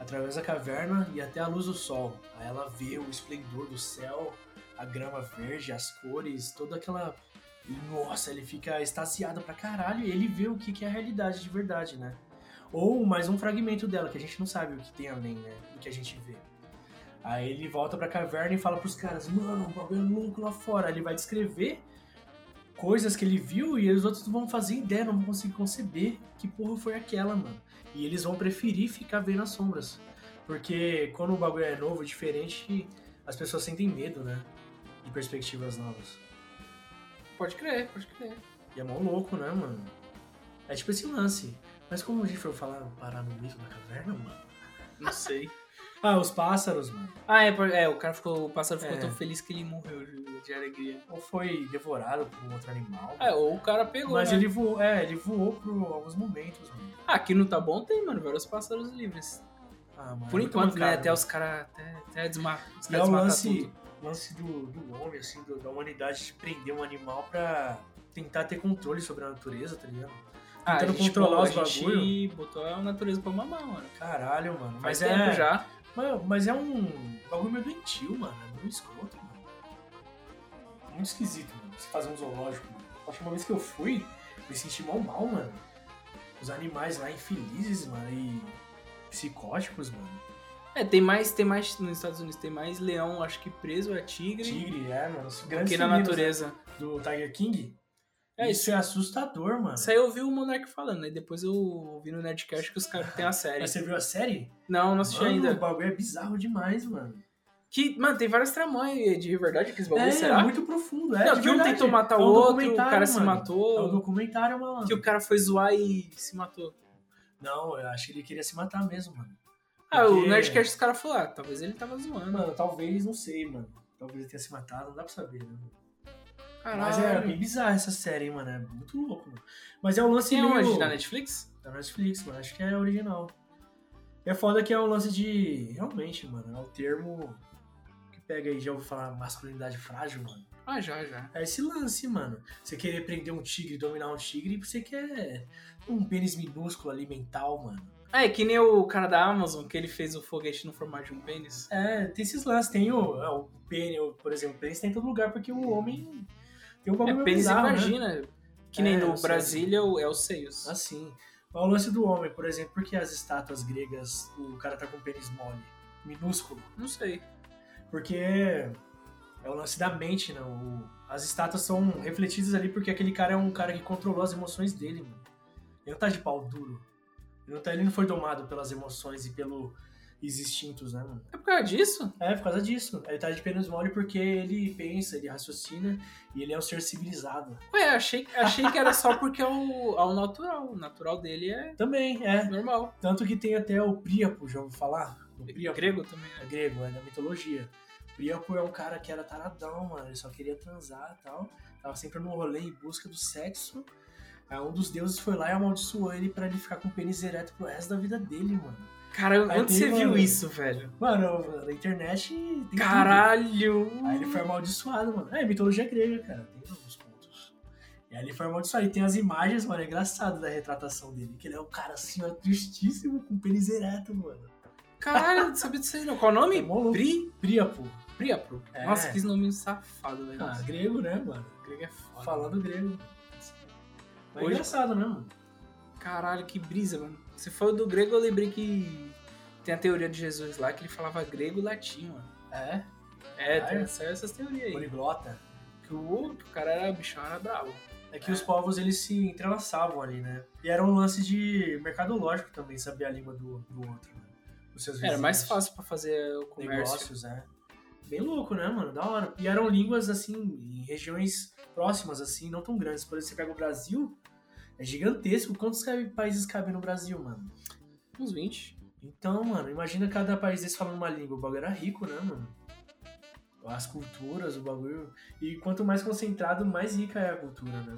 Speaker 2: através da caverna e até a luz do sol. Aí ela vê o esplendor do céu, a grama verde, as cores, toda aquela nossa, ele fica extasiado pra caralho e ele vê o que que é a realidade de verdade, né? Ou mais um fragmento dela, que a gente não sabe o que tem além, né? O que a gente vê. Aí ele volta pra caverna e fala pros caras, mano, o bagulho é louco lá fora. Aí Ele vai descrever coisas que ele viu e os outros não vão fazer ideia, não vão conseguir conceber que porra foi aquela, mano. E eles vão preferir ficar vendo as sombras. Porque quando o bagulho é novo, diferente, as pessoas sentem medo, né? De perspectivas novas.
Speaker 1: Pode crer, pode crer.
Speaker 2: E é mó louco, né, mano? É tipo esse lance. Mas como a gente foi falar parar no mito da caverna, mano?
Speaker 1: Não sei.
Speaker 2: Ah, os pássaros, mano.
Speaker 1: ah, é, por- é, o cara ficou. O pássaro ficou
Speaker 2: É.
Speaker 1: tão feliz que ele morreu de, de alegria.
Speaker 2: Ou foi devorado por um outro animal.
Speaker 1: É, ou o cara pegou.
Speaker 2: Mas
Speaker 1: né?
Speaker 2: ele voou, é, ele voou por alguns momentos, mano.
Speaker 1: Ah, aqui no Tá Bom tem, mano, vários pássaros livres.
Speaker 2: Ah,
Speaker 1: Por
Speaker 2: mano, é muito
Speaker 1: enquanto, né?
Speaker 2: mancado,
Speaker 1: Até
Speaker 2: mano.
Speaker 1: os caras. Até, até desma, os
Speaker 2: E é
Speaker 1: caras
Speaker 2: o
Speaker 1: desmatar
Speaker 2: lance,
Speaker 1: tudo.
Speaker 2: lance do, do homem, assim, do- da humanidade de prender um animal pra tentar ter controle sobre a natureza, tá ligado?
Speaker 1: Ah, a
Speaker 2: tentando
Speaker 1: gente,
Speaker 2: controlar os
Speaker 1: a gente botou a natureza pra mamar, mano.
Speaker 2: Caralho, mano.
Speaker 1: Faz
Speaker 2: Mas
Speaker 1: tempo
Speaker 2: é,
Speaker 1: já.
Speaker 2: Mas, mas é um bagulho meio doentio, mano. É muito escroto, mano. Muito esquisito, mano. Você fazer um zoológico, mano. Acho que uma vez que eu fui, me senti mal mal, mano. Os animais lá infelizes, mano, e psicóticos, mano.
Speaker 1: É, tem mais, tem mais. Nos Estados Unidos tem mais leão, acho que preso, é tigre.
Speaker 2: Tigre, é, mano. Os
Speaker 1: do
Speaker 2: grandes
Speaker 1: que na
Speaker 2: felinos,
Speaker 1: natureza.
Speaker 2: né, do Tiger King.
Speaker 1: É,
Speaker 2: isso é assustador, mano.
Speaker 1: Isso aí eu vi o Monark falando, né? Depois eu ouvi no Nerdcast que os caras têm a série.
Speaker 2: Mas você viu a série?
Speaker 1: Não, não assisti
Speaker 2: Mano, O
Speaker 1: ainda.
Speaker 2: bagulho é bizarro demais, mano.
Speaker 1: Que, mano, tem várias tramões de verdade que esse bagulho,
Speaker 2: é,
Speaker 1: será?
Speaker 2: muito profundo, é.
Speaker 1: não,
Speaker 2: de
Speaker 1: que um
Speaker 2: verdade.
Speaker 1: tentou matar o
Speaker 2: É um
Speaker 1: outro, o
Speaker 2: documentário,
Speaker 1: cara se
Speaker 2: mano. É um
Speaker 1: matou.
Speaker 2: documentário, mano.
Speaker 1: que o cara foi zoar e se matou.
Speaker 2: Não, eu acho que ele queria se matar mesmo, mano.
Speaker 1: Ah, o
Speaker 2: Porque-
Speaker 1: Nerdcast os caras falaram, ah, talvez ele tava zoando.
Speaker 2: Mano, talvez, não sei, mano. Talvez ele tenha se matado, não dá pra saber, né?
Speaker 1: Caralho.
Speaker 2: Mas é bem bizarro essa série, hein, mano. É muito louco, mano. Mas é um lance
Speaker 1: Tem
Speaker 2: meio...
Speaker 1: onde? Na Netflix?
Speaker 2: Da Netflix, mano. Acho que é original. É foda que é um lance de... Realmente, mano. É o termo que pega aí, já ouviu falar masculinidade frágil, mano.
Speaker 1: Ah, já, já.
Speaker 2: É esse lance, mano. Você querer prender um tigre, dominar um tigre, você quer um pênis minúsculo ali, mental, mano.
Speaker 1: Ah, é que nem o cara da Amazon, que ele fez o foguete no formato de um pênis.
Speaker 2: É, tem esses lances, tem o, é, o pênis, o- por exemplo, o pênis tem em todo lugar, porque o homem tem um
Speaker 1: É,
Speaker 2: bagulho
Speaker 1: pênis
Speaker 2: bizarro, né?
Speaker 1: imagina. Que nem
Speaker 2: É, eu
Speaker 1: no
Speaker 2: sei.
Speaker 1: Brasília o- é o seios.
Speaker 2: Assim, Mas o lance do homem, por exemplo, porque as estátuas gregas, o cara tá com o pênis mole, minúsculo,
Speaker 1: Não sei.
Speaker 2: porque é o lance da mente, né? O- as estátuas são refletidas ali porque aquele cara é um cara que controlou as emoções dele, mano. Ele não tá de pau duro. Ele não, tá, ele não foi domado pelas emoções e pelos instintos, né, mano?
Speaker 1: É por causa disso?
Speaker 2: É, por causa disso. Ele tá de pênis mole porque ele pensa, ele raciocina e ele é um ser civilizado.
Speaker 1: Ué, achei, achei que era só porque é o, é o natural. O natural dele é
Speaker 2: Também, é.
Speaker 1: normal.
Speaker 2: Tanto que tem até o Priapo, já ouviu falar? O
Speaker 1: E
Speaker 2: Priapo.
Speaker 1: grego também
Speaker 2: É
Speaker 1: é.
Speaker 2: grego, é da mitologia. Priapo é um cara que era taradão, mano. Ele só queria transar e tal. Tava sempre no rolê em busca do sexo. Aí um dos deuses foi lá e amaldiçoou ele pra ele ficar com o pênis ereto pro resto da vida dele, mano.
Speaker 1: Cara,
Speaker 2: Aí
Speaker 1: onde
Speaker 2: tem,
Speaker 1: você viu
Speaker 2: mano.
Speaker 1: isso, velho?
Speaker 2: Mano, na internet tem tudo.
Speaker 1: Caralho!
Speaker 2: Aí ele foi amaldiçoado, mano. É, mitologia grega, cara. Tem alguns contos. E aí ele foi amaldiçoado. E tem as imagens, mano, é engraçado da retratação dele. Que ele é um cara assim, ó, tristíssimo, com o pênis ereto, mano.
Speaker 1: Caralho, não sabia disso aí não. Qual o nome?
Speaker 2: É maluco.
Speaker 1: Pri...
Speaker 2: Priapo.
Speaker 1: Priapro.
Speaker 2: É.
Speaker 1: Nossa, que nome safado, velho.
Speaker 2: Ah, grego, né, mano?
Speaker 1: grego é foda.
Speaker 2: Falando grego. Mas é
Speaker 1: Hoje-
Speaker 2: engraçado, né, mano?
Speaker 1: Caralho, que brisa, mano. Você falou do grego, eu lembrei que tem a teoria de Jesus lá que ele falava grego e latim, mano.
Speaker 2: É,
Speaker 1: É,
Speaker 2: Caralho.
Speaker 1: tem saiu essas
Speaker 2: É.
Speaker 1: teorias aí.
Speaker 2: poliglota.
Speaker 1: Que o, que o cara era bichão, era bravo.
Speaker 2: É que os povos, eles se entrelaçavam ali, né? E era um lance de mercadológico também, saber a língua do, do outro, né? Dos seus
Speaker 1: Era mais
Speaker 2: vizinhos.
Speaker 1: fácil pra fazer o comércio.
Speaker 2: negócios, né? Bem louco, né, mano? Da hora. E eram línguas, assim, em regiões próximas, assim, não tão grandes. Por exemplo, você pega o Brasil, é gigantesco. Quantos ca- países cabem no Brasil, mano?
Speaker 1: Uns 20.
Speaker 2: Então, mano, imagina cada país desse falando uma língua. O bagulho era rico, né, mano? As culturas, o bagulho. E quanto mais concentrado, mais rica é a cultura, né?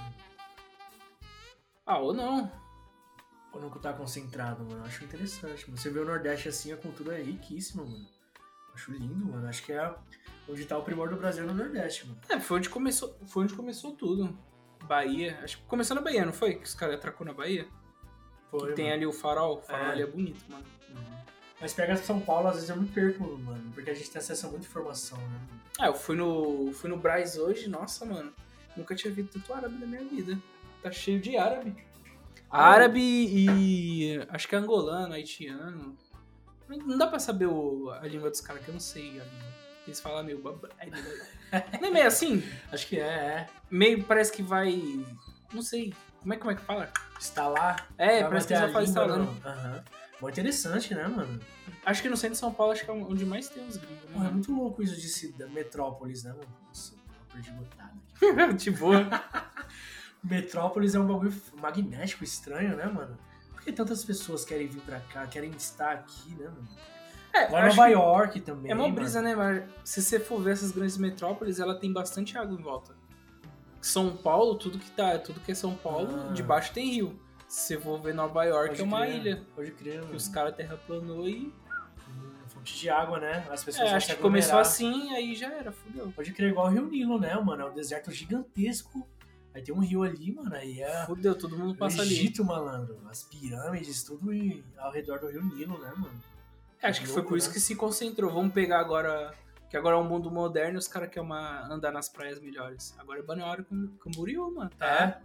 Speaker 1: Ah, ou não.
Speaker 2: Quando tá concentrado, mano, eu acho interessante, mano. Você vê o Nordeste assim, a cultura é riquíssima, mano. Acho lindo, mano. Acho que é onde tá o primor do Brasil é no Nordeste, mano.
Speaker 1: É, foi onde começou, foi onde começou tudo. Bahia. Acho que começou na Bahia, não foi? Que os caras atracou na Bahia?
Speaker 2: Foi,
Speaker 1: que tem
Speaker 2: mano.
Speaker 1: ali o farol. O farol
Speaker 2: É.
Speaker 1: ali é bonito, mano.
Speaker 2: Mas pega São Paulo, às vezes eu me perco, mano, porque a gente tem acesso a muita informação, né?
Speaker 1: Ah, eu fui no, fui no Braz hoje, nossa, mano. Nunca tinha visto tanto árabe na minha vida. Tá cheio de árabe.
Speaker 2: Ah.
Speaker 1: Árabe e. acho que é angolano, haitiano. Não- Não dá pra saber o- a língua dos caras, que eu não sei a língua. Eles falam meio. babá- Não é meio assim?
Speaker 2: Acho que é, é.
Speaker 1: Meio parece que vai. Não sei. Como é, como é que fala?
Speaker 2: Está lá.
Speaker 1: É,
Speaker 2: vai
Speaker 1: parece que
Speaker 2: manter
Speaker 1: já
Speaker 2: a
Speaker 1: faz
Speaker 2: língua,
Speaker 1: instalando.
Speaker 2: não? Aham. Bom, interessante, né, mano?
Speaker 1: Acho que no centro de São Paulo acho que é onde mais tem os gringos. né?
Speaker 2: Pô, é
Speaker 1: mano.
Speaker 2: muito louco isso de se- da metrópolis, né, mano? Nossa, eu perdi botado aqui.
Speaker 1: De boa.
Speaker 2: Metrópolis é um bagulho magnético, estranho, né, mano? Por que tantas pessoas querem vir pra cá, querem estar aqui, né, mano?
Speaker 1: É,
Speaker 2: Agora
Speaker 1: acho
Speaker 2: Nova
Speaker 1: que
Speaker 2: York também.
Speaker 1: É uma
Speaker 2: mano.
Speaker 1: brisa, né? Mas se você for ver essas grandes metrópoles, ela tem bastante água em volta. São Paulo, tudo que tá, tudo que é São Paulo,
Speaker 2: Ah.
Speaker 1: debaixo tem rio. Se você for ver Nova York,
Speaker 2: Pode
Speaker 1: é uma
Speaker 2: crer,
Speaker 1: ilha.
Speaker 2: Pode crer,
Speaker 1: Que
Speaker 2: mano.
Speaker 1: os caras terraplanou e.
Speaker 2: Hum, Fonte de água, né? As pessoas
Speaker 1: É,
Speaker 2: vão
Speaker 1: acho
Speaker 2: se
Speaker 1: que começou
Speaker 2: aglomerar.
Speaker 1: assim, aí já era, fudeu.
Speaker 2: Pode crer igual o Rio Nilo, né, mano? É um deserto gigantesco. Aí tem um rio ali, mano. Aí é
Speaker 1: Fudeu, todo mundo
Speaker 2: o
Speaker 1: passa ali.
Speaker 2: Egito, malandro. As pirâmides, tudo em- ao redor do Rio Nilo, né, mano?
Speaker 1: É, acho que foi
Speaker 2: Louco,
Speaker 1: por isso
Speaker 2: né?
Speaker 1: que se concentrou. Vamos pegar agora. Que agora é um mundo moderno e os caras querem uma- andar nas praias melhores. Agora é Balneário Cam- Camboriú, mano. Tá?
Speaker 2: É.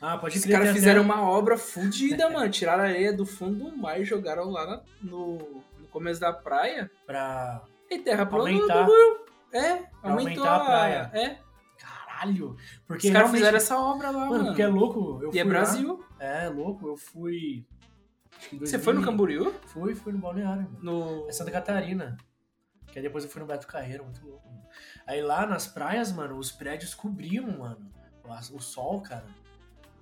Speaker 2: Ah, pode
Speaker 1: Os
Speaker 2: crer.
Speaker 1: caras
Speaker 2: tem
Speaker 1: fizeram
Speaker 2: até-
Speaker 1: uma obra fudida, mano. Tiraram a areia do fundo do mar e jogaram lá na- no, no começo da praia.
Speaker 2: Pra...
Speaker 1: E terra plana.
Speaker 2: Aumentar.
Speaker 1: bagulho. É,
Speaker 2: Pra
Speaker 1: aumentou
Speaker 2: aumentar a
Speaker 1: a
Speaker 2: praia.
Speaker 1: É,
Speaker 2: Caralho! Porque
Speaker 1: os caras
Speaker 2: realmente-
Speaker 1: fizeram essa obra lá,
Speaker 2: Mano,
Speaker 1: mano.
Speaker 2: porque é louco. Eu
Speaker 1: E
Speaker 2: fui
Speaker 1: é
Speaker 2: lá.
Speaker 1: Brasil.
Speaker 2: É, louco. Eu fui... acho que em
Speaker 1: Você foi no
Speaker 2: 2000.
Speaker 1: Camboriú?
Speaker 2: Fui, fui no Balneário, mano.
Speaker 1: No...
Speaker 2: É Santa Catarina. Que aí depois eu fui no Beto Carreiro, muito louco. mano. Aí lá nas praias, mano, os prédios cobriam, mano. as- O sol, cara.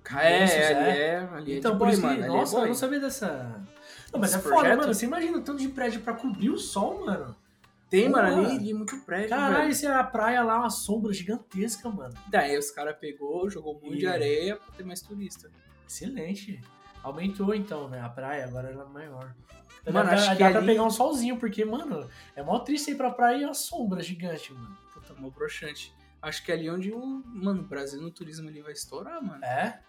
Speaker 1: Ah, É,
Speaker 2: Imensos,
Speaker 1: é, ali
Speaker 2: é.
Speaker 1: é, ali é
Speaker 2: então,
Speaker 1: de
Speaker 2: por
Speaker 1: boy,
Speaker 2: isso que,
Speaker 1: mano. ali é
Speaker 2: nossa,
Speaker 1: boy.
Speaker 2: eu não sabia dessa. Não, mas é
Speaker 1: Desse
Speaker 2: foda,
Speaker 1: projeto?
Speaker 2: mano. Você imagina o tanto de prédio pra cobrir o sol, mano.
Speaker 1: Tem,
Speaker 2: Porra.
Speaker 1: mano, ali, ali muito prédio,
Speaker 2: Caralho,
Speaker 1: velho.
Speaker 2: isso é a praia lá, uma sombra gigantesca, mano.
Speaker 1: Daí os caras pegou, jogou um monte de
Speaker 2: E-
Speaker 1: areia pra ter mais turista.
Speaker 2: Excelente. Aumentou então, né? A praia agora era maior.
Speaker 1: Mano,
Speaker 2: dá,
Speaker 1: acho que
Speaker 2: dá pra
Speaker 1: ali-
Speaker 2: pegar um solzinho, porque, mano, é mó triste ir pra praia e a sombra gigante, mano.
Speaker 1: Puta, mó broxante. Acho que é ali onde o... Mano, o Brasil no turismo ali vai estourar, mano.
Speaker 2: É?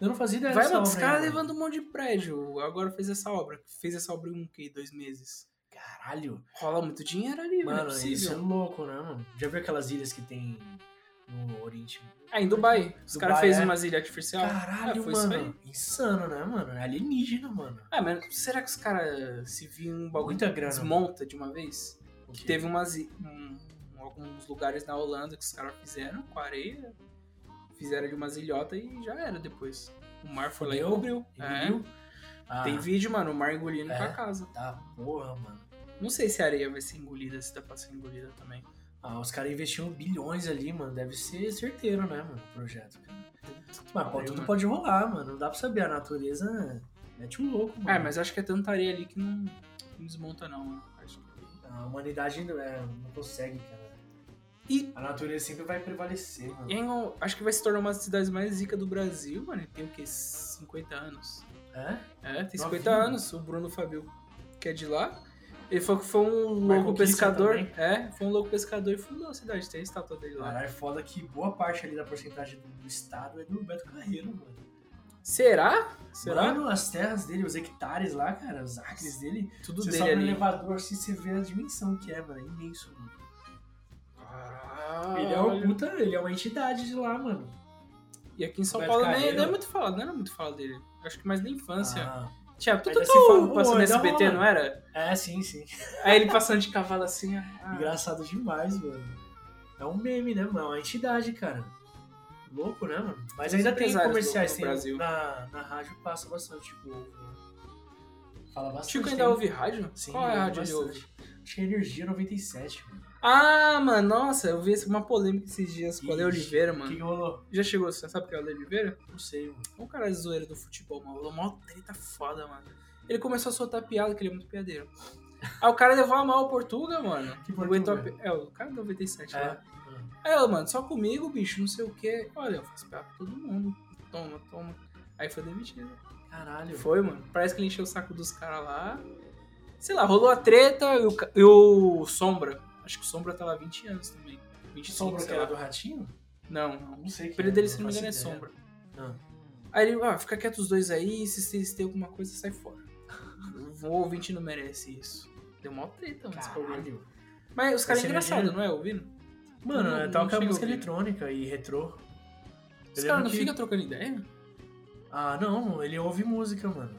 Speaker 2: Eu não fazia ideia
Speaker 1: Vai,
Speaker 2: dessa
Speaker 1: mano, os
Speaker 2: obra aí,
Speaker 1: caras
Speaker 2: mano.
Speaker 1: levando um monte de prédio. Agora fez essa obra. Fez essa obra em um que? Dois meses.
Speaker 2: Caralho.
Speaker 1: Rola muito dinheiro ali, mano. Não é
Speaker 2: Mano, isso é
Speaker 1: possível.
Speaker 2: louco, né, mano? Já viu aquelas ilhas que tem no Oriente?
Speaker 1: Ah, em Dubai. Os
Speaker 2: Dubai,
Speaker 1: caras fez
Speaker 2: é.
Speaker 1: umas ilhas artificiais.
Speaker 2: Caralho,
Speaker 1: Ah, foi isso
Speaker 2: mano. Insano, né, mano? É Alienígena, mano.
Speaker 1: Ah, mas será que os caras se viram um bagulho
Speaker 2: Muita
Speaker 1: que
Speaker 2: grana.
Speaker 1: desmonta de uma vez?
Speaker 2: O
Speaker 1: Que
Speaker 2: quê?
Speaker 1: teve umas i- um- um- alguns lugares na Holanda que os caras fizeram com areia. Fizeram de umas ilhotas e já era depois. O mar foi lá e
Speaker 2: Fudeu.
Speaker 1: cobriu.
Speaker 2: Em
Speaker 1: É.
Speaker 2: Rio? Ah,
Speaker 1: Tem vídeo, mano, o mar engolindo
Speaker 2: É.
Speaker 1: pra casa.
Speaker 2: Tá, porra, mano.
Speaker 1: Não sei se a areia vai ser engolida, se dá pra ser engolida também.
Speaker 2: Ah, os caras investiram bilhões ali, mano. Deve ser certeiro, né, mano, o projeto. cara. Mas pô,
Speaker 1: pariu,
Speaker 2: tudo
Speaker 1: mano.
Speaker 2: pode rolar, mano. Não dá pra saber. A natureza mete um louco, mano.
Speaker 1: É, mas acho que é tanta areia ali que não, não desmonta, não. né? Acho que-
Speaker 2: A humanidade não, é, não consegue, cara.
Speaker 1: E-
Speaker 2: A natureza sempre vai prevalecer, mano.
Speaker 1: E aí, eu acho que vai se tornar uma das cidades mais ricas do Brasil, mano. Tem o quê? 50 anos.
Speaker 2: É?
Speaker 1: É, tem 50
Speaker 2: Novinho.
Speaker 1: anos, o Bruno Fabio, que é de lá. Ele falou que foi um louco
Speaker 2: Michael Kissinger
Speaker 1: pescador.
Speaker 2: também.
Speaker 1: É, foi um louco pescador e fundou a cidade. Tem a estátua dele lá.
Speaker 2: Caralho, é foda que boa parte ali da porcentagem do estado é do Beto Carreiro, mano.
Speaker 1: Será? Será?
Speaker 2: Mano, as terras dele, os hectares lá, cara, os acres dele.
Speaker 1: Tudo
Speaker 2: você
Speaker 1: dele
Speaker 2: sobe no
Speaker 1: ali.
Speaker 2: elevador assim, você vê a dimensão que é, mano. É imenso, mano.
Speaker 1: Caralho.
Speaker 2: Ele é, um puta, ele é uma entidade de lá, mano.
Speaker 1: E aqui em São
Speaker 2: Beto
Speaker 1: Paulo nem,
Speaker 2: Carreiro.
Speaker 1: nem é muito falado, não era muito falado dele. Acho que mais na infância.
Speaker 2: Ah,
Speaker 1: Tinha tudo
Speaker 2: ainda se fala,
Speaker 1: passando
Speaker 2: "Oi,
Speaker 1: nesse
Speaker 2: dá uma
Speaker 1: BT,
Speaker 2: olhada."
Speaker 1: não era?
Speaker 2: é, sim, sim.
Speaker 1: Aí ele passando de cavalo assim. Ah,
Speaker 2: Engraçado demais, mano. É um meme, né, mano? É uma entidade, cara. Louco, né, mano? Mas ainda tem
Speaker 1: empresários
Speaker 2: comerciais
Speaker 1: loucos no
Speaker 2: tem,
Speaker 1: Brasil.
Speaker 2: na, na rádio, passa bastante, tipo. né? Fala bastante.
Speaker 1: Chico
Speaker 2: tem-
Speaker 1: ainda ouve rádio?
Speaker 2: Sim,
Speaker 1: Qual é a
Speaker 2: ouve
Speaker 1: rádio ele ouve?
Speaker 2: bastante. Acho que é Energia 97, mano.
Speaker 1: Ah, mano, nossa, eu vi uma polêmica esses dias com o Ale
Speaker 2: Ixi,
Speaker 1: Oliveira,
Speaker 2: O que,
Speaker 1: mano.
Speaker 2: que rolou?
Speaker 1: Já chegou, você sabe o que é o Ale Oliveira?
Speaker 2: Não sei, mano.
Speaker 1: É um cara zoeiro do futebol, mano. Rolou Uma treta foda, mano. Ele começou a soltar piada, que ele é muito piadeiro. Aí o cara levou a mal o Portuga, mano.
Speaker 2: Que
Speaker 1: Não aguentou
Speaker 2: Portuga?
Speaker 1: a pi- É, o cara da 97
Speaker 2: É.
Speaker 1: lá. Aí ela, mano, só comigo, bicho, não sei o quê. Olha, eu faço piada pra todo mundo. Toma, toma. Aí foi demitido.
Speaker 2: Caralho.
Speaker 1: Foi, mano. Parece que ele encheu o saco dos caras lá. Sei lá, rolou a treta e o, ca- e o Sombra. Acho que o Sombra tá lá há 20 anos também. 25,
Speaker 2: Sombra que
Speaker 1: sei
Speaker 2: era
Speaker 1: lá.
Speaker 2: do ratinho?
Speaker 1: Não, não.
Speaker 2: Não sei.
Speaker 1: O
Speaker 2: que
Speaker 1: período
Speaker 2: é,
Speaker 1: dele, se não me
Speaker 2: faço
Speaker 1: engano, é
Speaker 2: ideia.
Speaker 1: Sombra.
Speaker 2: Ah.
Speaker 1: Aí ele, ah, fica quieto os dois aí, se vocês têm alguma coisa, sai fora. O ouvinte não merece isso. Deu mó treta, mano, esse problema.
Speaker 2: Caralho.
Speaker 1: Mas os caras é
Speaker 2: Essa
Speaker 1: engraçado,
Speaker 2: energia-
Speaker 1: não é? Ouvindo?
Speaker 2: Mano,
Speaker 1: Não-
Speaker 2: é
Speaker 1: não
Speaker 2: tal que a
Speaker 1: chega a
Speaker 2: música
Speaker 1: ouvir, né?
Speaker 2: eletrônica e retrô.
Speaker 1: Os
Speaker 2: Eu
Speaker 1: caras
Speaker 2: lembro
Speaker 1: não
Speaker 2: que-
Speaker 1: ficam trocando ideia?
Speaker 2: Ah, não, ele ouve música, mano.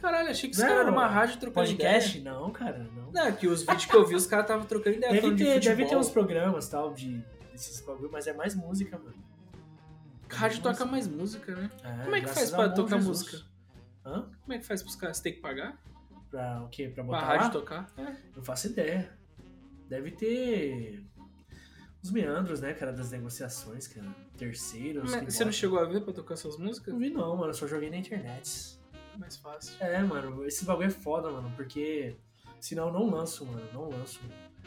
Speaker 1: Caralho, achei que os
Speaker 2: Não,
Speaker 1: caras eram uma rádio trocando
Speaker 2: Podcast?
Speaker 1: ideia.
Speaker 2: Não, cara, não.
Speaker 1: Não, é que os vídeos que eu vi, os caras estavam trocando ideia.
Speaker 2: Deve
Speaker 1: É, falando de
Speaker 2: ter, deve
Speaker 1: futebol.
Speaker 2: ter uns programas, tal, de esses bagulho, mas é mais música, mano.
Speaker 1: Rádio toca mais música, né? Como é que
Speaker 2: graças
Speaker 1: faz
Speaker 2: ao
Speaker 1: pra
Speaker 2: bom
Speaker 1: tocar
Speaker 2: Jesus.
Speaker 1: música?
Speaker 2: Hã?
Speaker 1: Como é que faz pros caras? Você tem que pagar?
Speaker 2: Pra o quê? Pra
Speaker 1: Pra
Speaker 2: botar
Speaker 1: rádio
Speaker 2: lá?
Speaker 1: tocar?
Speaker 2: Não faço ideia. Deve ter os meandros, né, cara, das negociações, cara. Terceiros. que
Speaker 1: Mas você não
Speaker 2: botam.
Speaker 1: chegou a ver pra tocar suas
Speaker 2: Não
Speaker 1: músicas?
Speaker 2: vi não, mano, só joguei na internet.
Speaker 1: Mais fácil.
Speaker 2: É, mano, esse bagulho é foda, mano, porque senão eu não lanço, mano, não lanço.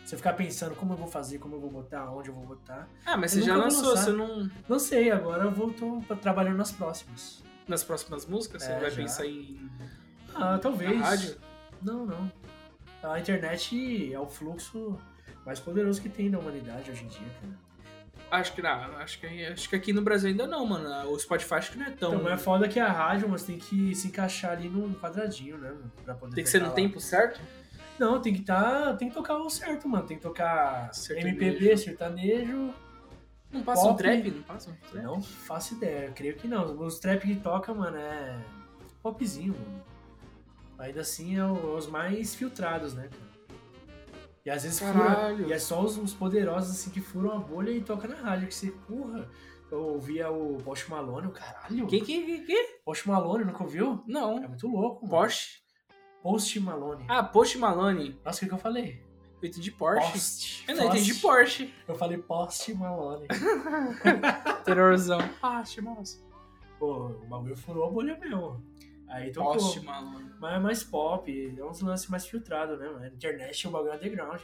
Speaker 2: Você ficar pensando como eu vou fazer, como eu vou botar, onde eu vou botar.
Speaker 1: Ah, mas
Speaker 2: Eu
Speaker 1: você já
Speaker 2: nunca vou
Speaker 1: lançou,
Speaker 2: lançar.
Speaker 1: você não.
Speaker 2: Não sei, agora eu vou tô pra- trabalhando nas próximas.
Speaker 1: Nas próximas músicas, você
Speaker 2: É,
Speaker 1: vai
Speaker 2: já.
Speaker 1: pensar em
Speaker 2: Ah,
Speaker 1: na
Speaker 2: talvez.
Speaker 1: rádio?
Speaker 2: Não, não. A internet é o fluxo mais poderoso que tem da humanidade hoje em dia, cara.
Speaker 1: Acho que não, acho que, acho que aqui no Brasil ainda não, mano. O Spotify acho que não é tão.
Speaker 2: Então, é foda que a rádio, mas tem que se encaixar ali num quadradinho, né, mano? Pra poder
Speaker 1: Tem que ser
Speaker 2: tocar
Speaker 1: no
Speaker 2: lá.
Speaker 1: tempo certo?
Speaker 2: Não, tem que tá, tem que tocar o certo, mano. Tem que tocar
Speaker 1: Sertanejo.
Speaker 2: MPB, sertanejo.
Speaker 1: Não passa um
Speaker 2: Pop.
Speaker 1: trap? Não passa um trap?
Speaker 2: Não faço ideia, eu creio que não. Os trap que toca, mano, é popzinho, mano. Ainda assim é o- os mais filtrados, né, cara? E às vezes fura,
Speaker 1: Caralho.
Speaker 2: e é só os, os poderosos assim que furam a bolha e toca na rádio que você porra. Eu ouvia o Post Malone, eu, caralho.
Speaker 1: Que, que, que, que?
Speaker 2: Post Malone, nunca ouviu? É
Speaker 1: Não.
Speaker 2: muito louco, mano.
Speaker 1: Porsche?
Speaker 2: Post Malone.
Speaker 1: Ah, Post Malone.
Speaker 2: Nossa, o que, que eu falei?
Speaker 1: Eu entendi Porsche.
Speaker 2: Post.
Speaker 1: Eu não entendi
Speaker 2: Post.
Speaker 1: Porsche.
Speaker 2: Eu falei Post Malone.
Speaker 1: Terrorzão. Ah, Porsche, moço.
Speaker 2: Pô, o bagulho furou a bolha meu. Aí tocou.
Speaker 1: Post Malone.
Speaker 2: Mas é mais pop, é uns lances mais filtrados, né, mano? Internet é um bagulho underground.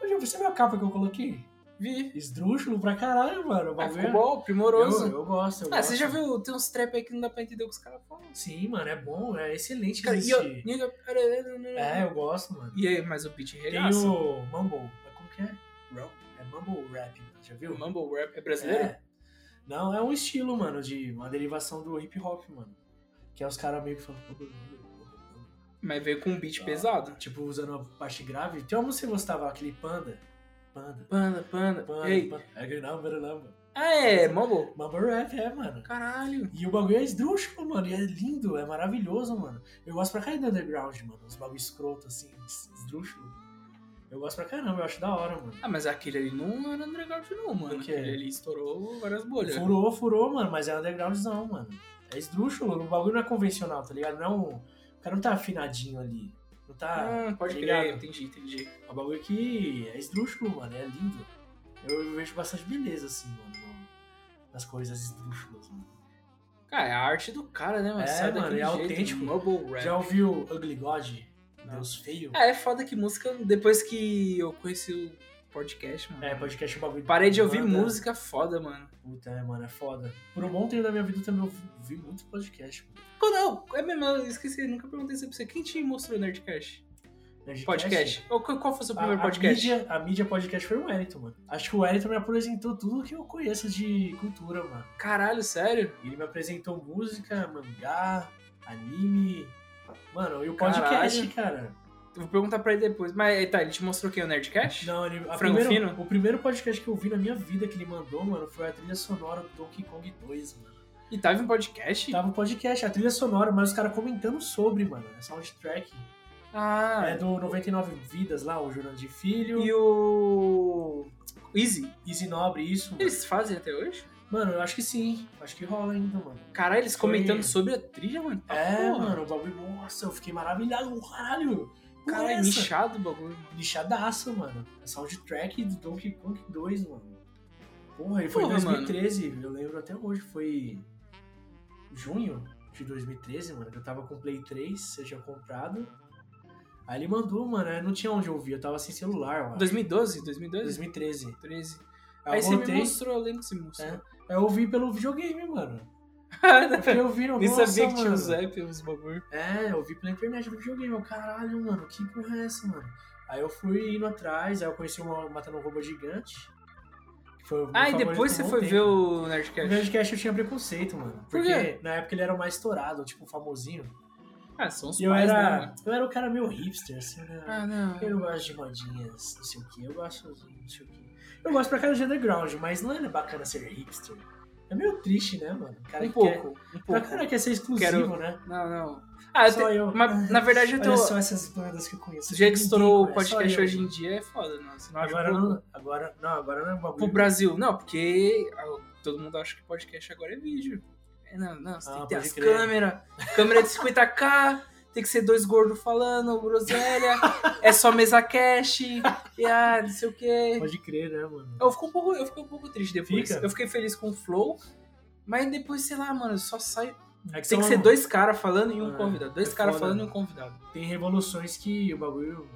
Speaker 2: Eu já, você viu a capa que eu coloquei?
Speaker 1: Vi.
Speaker 2: Esdrúxulo pra caralho, mano. O
Speaker 1: Ah,
Speaker 2: bagulho
Speaker 1: ficou bom, primoroso.
Speaker 2: Tá Eu, eu gosto, eu
Speaker 1: ah, você
Speaker 2: gosto.
Speaker 1: já viu? Tem uns trap aí que não dá pra entender o que os caras falam.
Speaker 2: Sim, mano, é bom, é excelente
Speaker 1: Cara,
Speaker 2: esse-
Speaker 1: e eu- nigga, pera-
Speaker 2: É, eu gosto, mano.
Speaker 1: E é aí, mas o beat
Speaker 2: Tem
Speaker 1: regaça.
Speaker 2: o Mumble, mas como que é? Rap? É Mumble Rap, mano, já viu?
Speaker 1: O Mumble Rap é brasileiro?
Speaker 2: É. Não, é um estilo, mano, de uma derivação do hip hop, mano. Que é os caras meio que falam...
Speaker 1: Mas veio com um beat
Speaker 2: Ah.
Speaker 1: pesado.
Speaker 2: Tipo, usando uma parte grave. Tem uma música que você gostava, aquele Panda. Panda.
Speaker 1: Panda, panda,
Speaker 2: Mano,
Speaker 1: Ei.
Speaker 2: mano, é que não, mano, não, mano.
Speaker 1: Ah, é, Mumble?
Speaker 2: Mumble rap, é, mano.
Speaker 1: Caralho.
Speaker 2: E o bagulho é esdrúxulo, mano. E é lindo, é maravilhoso, mano. Eu gosto pra caralho do underground, mano. Os bagulho escroto, assim, es- esdrúxulo. Eu gosto pra caramba, eu acho da hora, mano.
Speaker 1: Ah, mas aquele ali não era underground não, mano.
Speaker 2: Por quê?
Speaker 1: Aquele ali estourou várias bolhas.
Speaker 2: Furou, furou, mano, mas é undergroundzão, mano. É esdrúxulo, o bagulho não é convencional, tá ligado? Não é um, O cara não tá afinadinho ali. Não tá.
Speaker 1: Ah, pode
Speaker 2: ligado.
Speaker 1: crer, entendi, entendi.
Speaker 2: É um bagulho que é esdrúxulo, mano. É lindo. Eu, eu vejo bastante beleza, assim, mano. no- Nas coisas esdrúxulas, mano.
Speaker 1: Cara, é a arte do cara, né, mano?
Speaker 2: É,
Speaker 1: Sai
Speaker 2: mano,
Speaker 1: daquele
Speaker 2: é
Speaker 1: jeito,
Speaker 2: autêntico.
Speaker 1: Noble rap.
Speaker 2: Já ouviu Ugly God?
Speaker 1: Não.
Speaker 2: Deus feio?
Speaker 1: Ah, é foda que música, depois que eu conheci o podcast, mano.
Speaker 2: É, podcast é um bagulho.
Speaker 1: Parei de ouvir
Speaker 2: banda.
Speaker 1: música foda, mano.
Speaker 2: Puta, é, mano, é foda. Por um bom tempo da minha vida eu também ouvi- ouvi muito podcast, mano.
Speaker 1: Pô, não, é mesmo, eu esqueci, nunca perguntei isso pra você. Quem te mostrou o Nerdcast?
Speaker 2: Nerdcast?
Speaker 1: Podcast. Ou qual qual foi o seu
Speaker 2: A,
Speaker 1: primeiro
Speaker 2: a
Speaker 1: podcast?
Speaker 2: mídia, a mídia podcast foi o Wellington, mano. Acho que o Wellington me apresentou tudo que eu conheço de cultura, mano.
Speaker 1: Caralho, sério?
Speaker 2: Ele me apresentou música, mangá, anime. Mano, e o
Speaker 1: Caralho.
Speaker 2: podcast, cara.
Speaker 1: Eu vou perguntar pra ele depois. Mas tá, ele te mostrou quem? O Nerdcast?
Speaker 2: Não, ele, a
Speaker 1: Frango
Speaker 2: primeiro-
Speaker 1: fino?
Speaker 2: o primeiro podcast que eu vi na minha vida que ele mandou, mano, foi a trilha sonora do Donkey Kong 2, mano.
Speaker 1: E tava em podcast?
Speaker 2: Tava um podcast, a trilha sonora, mas os caras comentando sobre, mano. A soundtrack.
Speaker 1: Ah,
Speaker 2: É do 99 Vidas lá, o Jornal de Filho.
Speaker 1: e o. o Easy.
Speaker 2: Easy Nobre, isso. mano.
Speaker 1: Eles fazem até hoje?
Speaker 2: Mano, eu acho que sim. Acho que rola ainda, mano.
Speaker 1: Caralho, eles
Speaker 2: Foi.
Speaker 1: comentando sobre a trilha, mano. Tá
Speaker 2: É,
Speaker 1: porra.
Speaker 2: mano, o bagulho. Nossa, eu fiquei maravilhado, caralho.
Speaker 1: Caralho,
Speaker 2: Caralho, essa?
Speaker 1: nichado o bagulho, mano.
Speaker 2: lixadaço, mano. A soundtrack do Donkey Kong 2, mano. Porra, ele foi em
Speaker 1: Porra,
Speaker 2: 2013, eu lembro até hoje, foi junho de 2013, mano, que eu tava com o Play 3, eu tinha comprado. Aí ele mandou, mano, eu não tinha onde ouvir, eu tava sem celular, mano.
Speaker 1: 2012? 2012?
Speaker 2: 2013.
Speaker 1: 2013.
Speaker 2: Aí,
Speaker 1: Aí
Speaker 2: eu
Speaker 1: você
Speaker 2: Ah, voltei,
Speaker 1: me mostrou, eu lembro que você me mostrou.
Speaker 2: É. eu ouvi pelo videogame, mano. Eu
Speaker 1: Nem
Speaker 2: fiquei ouvindo,
Speaker 1: sabia que tinha
Speaker 2: É. mano.
Speaker 1: uns app, uns bagulho.
Speaker 2: É, eu vi pela internet do videogame. Eu, caralho, mano, que porra é essa, mano? Aí eu fui indo atrás, aí eu conheci uma matando um robô gigante. Que foi o meu
Speaker 1: Ah, e
Speaker 2: favorito
Speaker 1: depois
Speaker 2: por
Speaker 1: você
Speaker 2: um bom
Speaker 1: foi
Speaker 2: tempo.
Speaker 1: ver o
Speaker 2: O
Speaker 1: Nerdcast.
Speaker 2: Nerdcast eu tinha preconceito, mano.
Speaker 1: Por
Speaker 2: Porque
Speaker 1: quê?
Speaker 2: na época ele era o mais estourado, tipo, famosinho.
Speaker 1: Ah, são os
Speaker 2: E eu
Speaker 1: pais, né,
Speaker 2: era.
Speaker 1: mano?
Speaker 2: eu era o cara meio hipster, assim, né?
Speaker 1: Ah, não.
Speaker 2: Eu não gosto de modinhas, não sei o que, eu gosto de não sei o que. Eu gosto pra cara de underground, mas não é bacana ser hipster. É meio triste, né, mano? O Cara
Speaker 1: Um
Speaker 2: que
Speaker 1: pouco, um
Speaker 2: Quer... Pra
Speaker 1: pouco.
Speaker 2: cara quer ser exclusivo,
Speaker 1: Quero-
Speaker 2: né?
Speaker 1: Não, não. Ah, eu
Speaker 2: Só
Speaker 1: te-
Speaker 2: eu.
Speaker 1: mas, na verdade eu tô...
Speaker 2: Olha só essas bandas que eu conheço.
Speaker 1: Do jeito que
Speaker 2: Ninguém
Speaker 1: estourou o
Speaker 2: conhece,
Speaker 1: podcast
Speaker 2: é só eu.
Speaker 1: hoje em dia é foda, não. Senão acho
Speaker 2: Agora
Speaker 1: pouco.
Speaker 2: não, agora não, agora não é um
Speaker 1: Pro
Speaker 2: bagulho.
Speaker 1: Brasil, não, porque ah, todo mundo acha que podcast agora é vídeo. É, Não, não, você
Speaker 2: Ah,
Speaker 1: tem que ter
Speaker 2: pode
Speaker 1: as
Speaker 2: crer.
Speaker 1: câmeras, câmera de 50k, tem que ser dois gordos falando, groselha, é só mesa cash, e ah, não sei o quê.
Speaker 2: Pode crer, né, mano?
Speaker 1: Eu fico um pouco, eu fiquei um pouco triste depois.
Speaker 2: Fica?
Speaker 1: Eu fiquei feliz com o Flow, mas depois, sei lá, mano, só sai. Tem
Speaker 2: É
Speaker 1: que
Speaker 2: são-
Speaker 1: ser dois caras falando e um
Speaker 2: É,
Speaker 1: convidado. Dois
Speaker 2: é
Speaker 1: caras
Speaker 2: foda,
Speaker 1: falando e um
Speaker 2: mano.
Speaker 1: convidado.
Speaker 2: Tem revoluções que o bagulho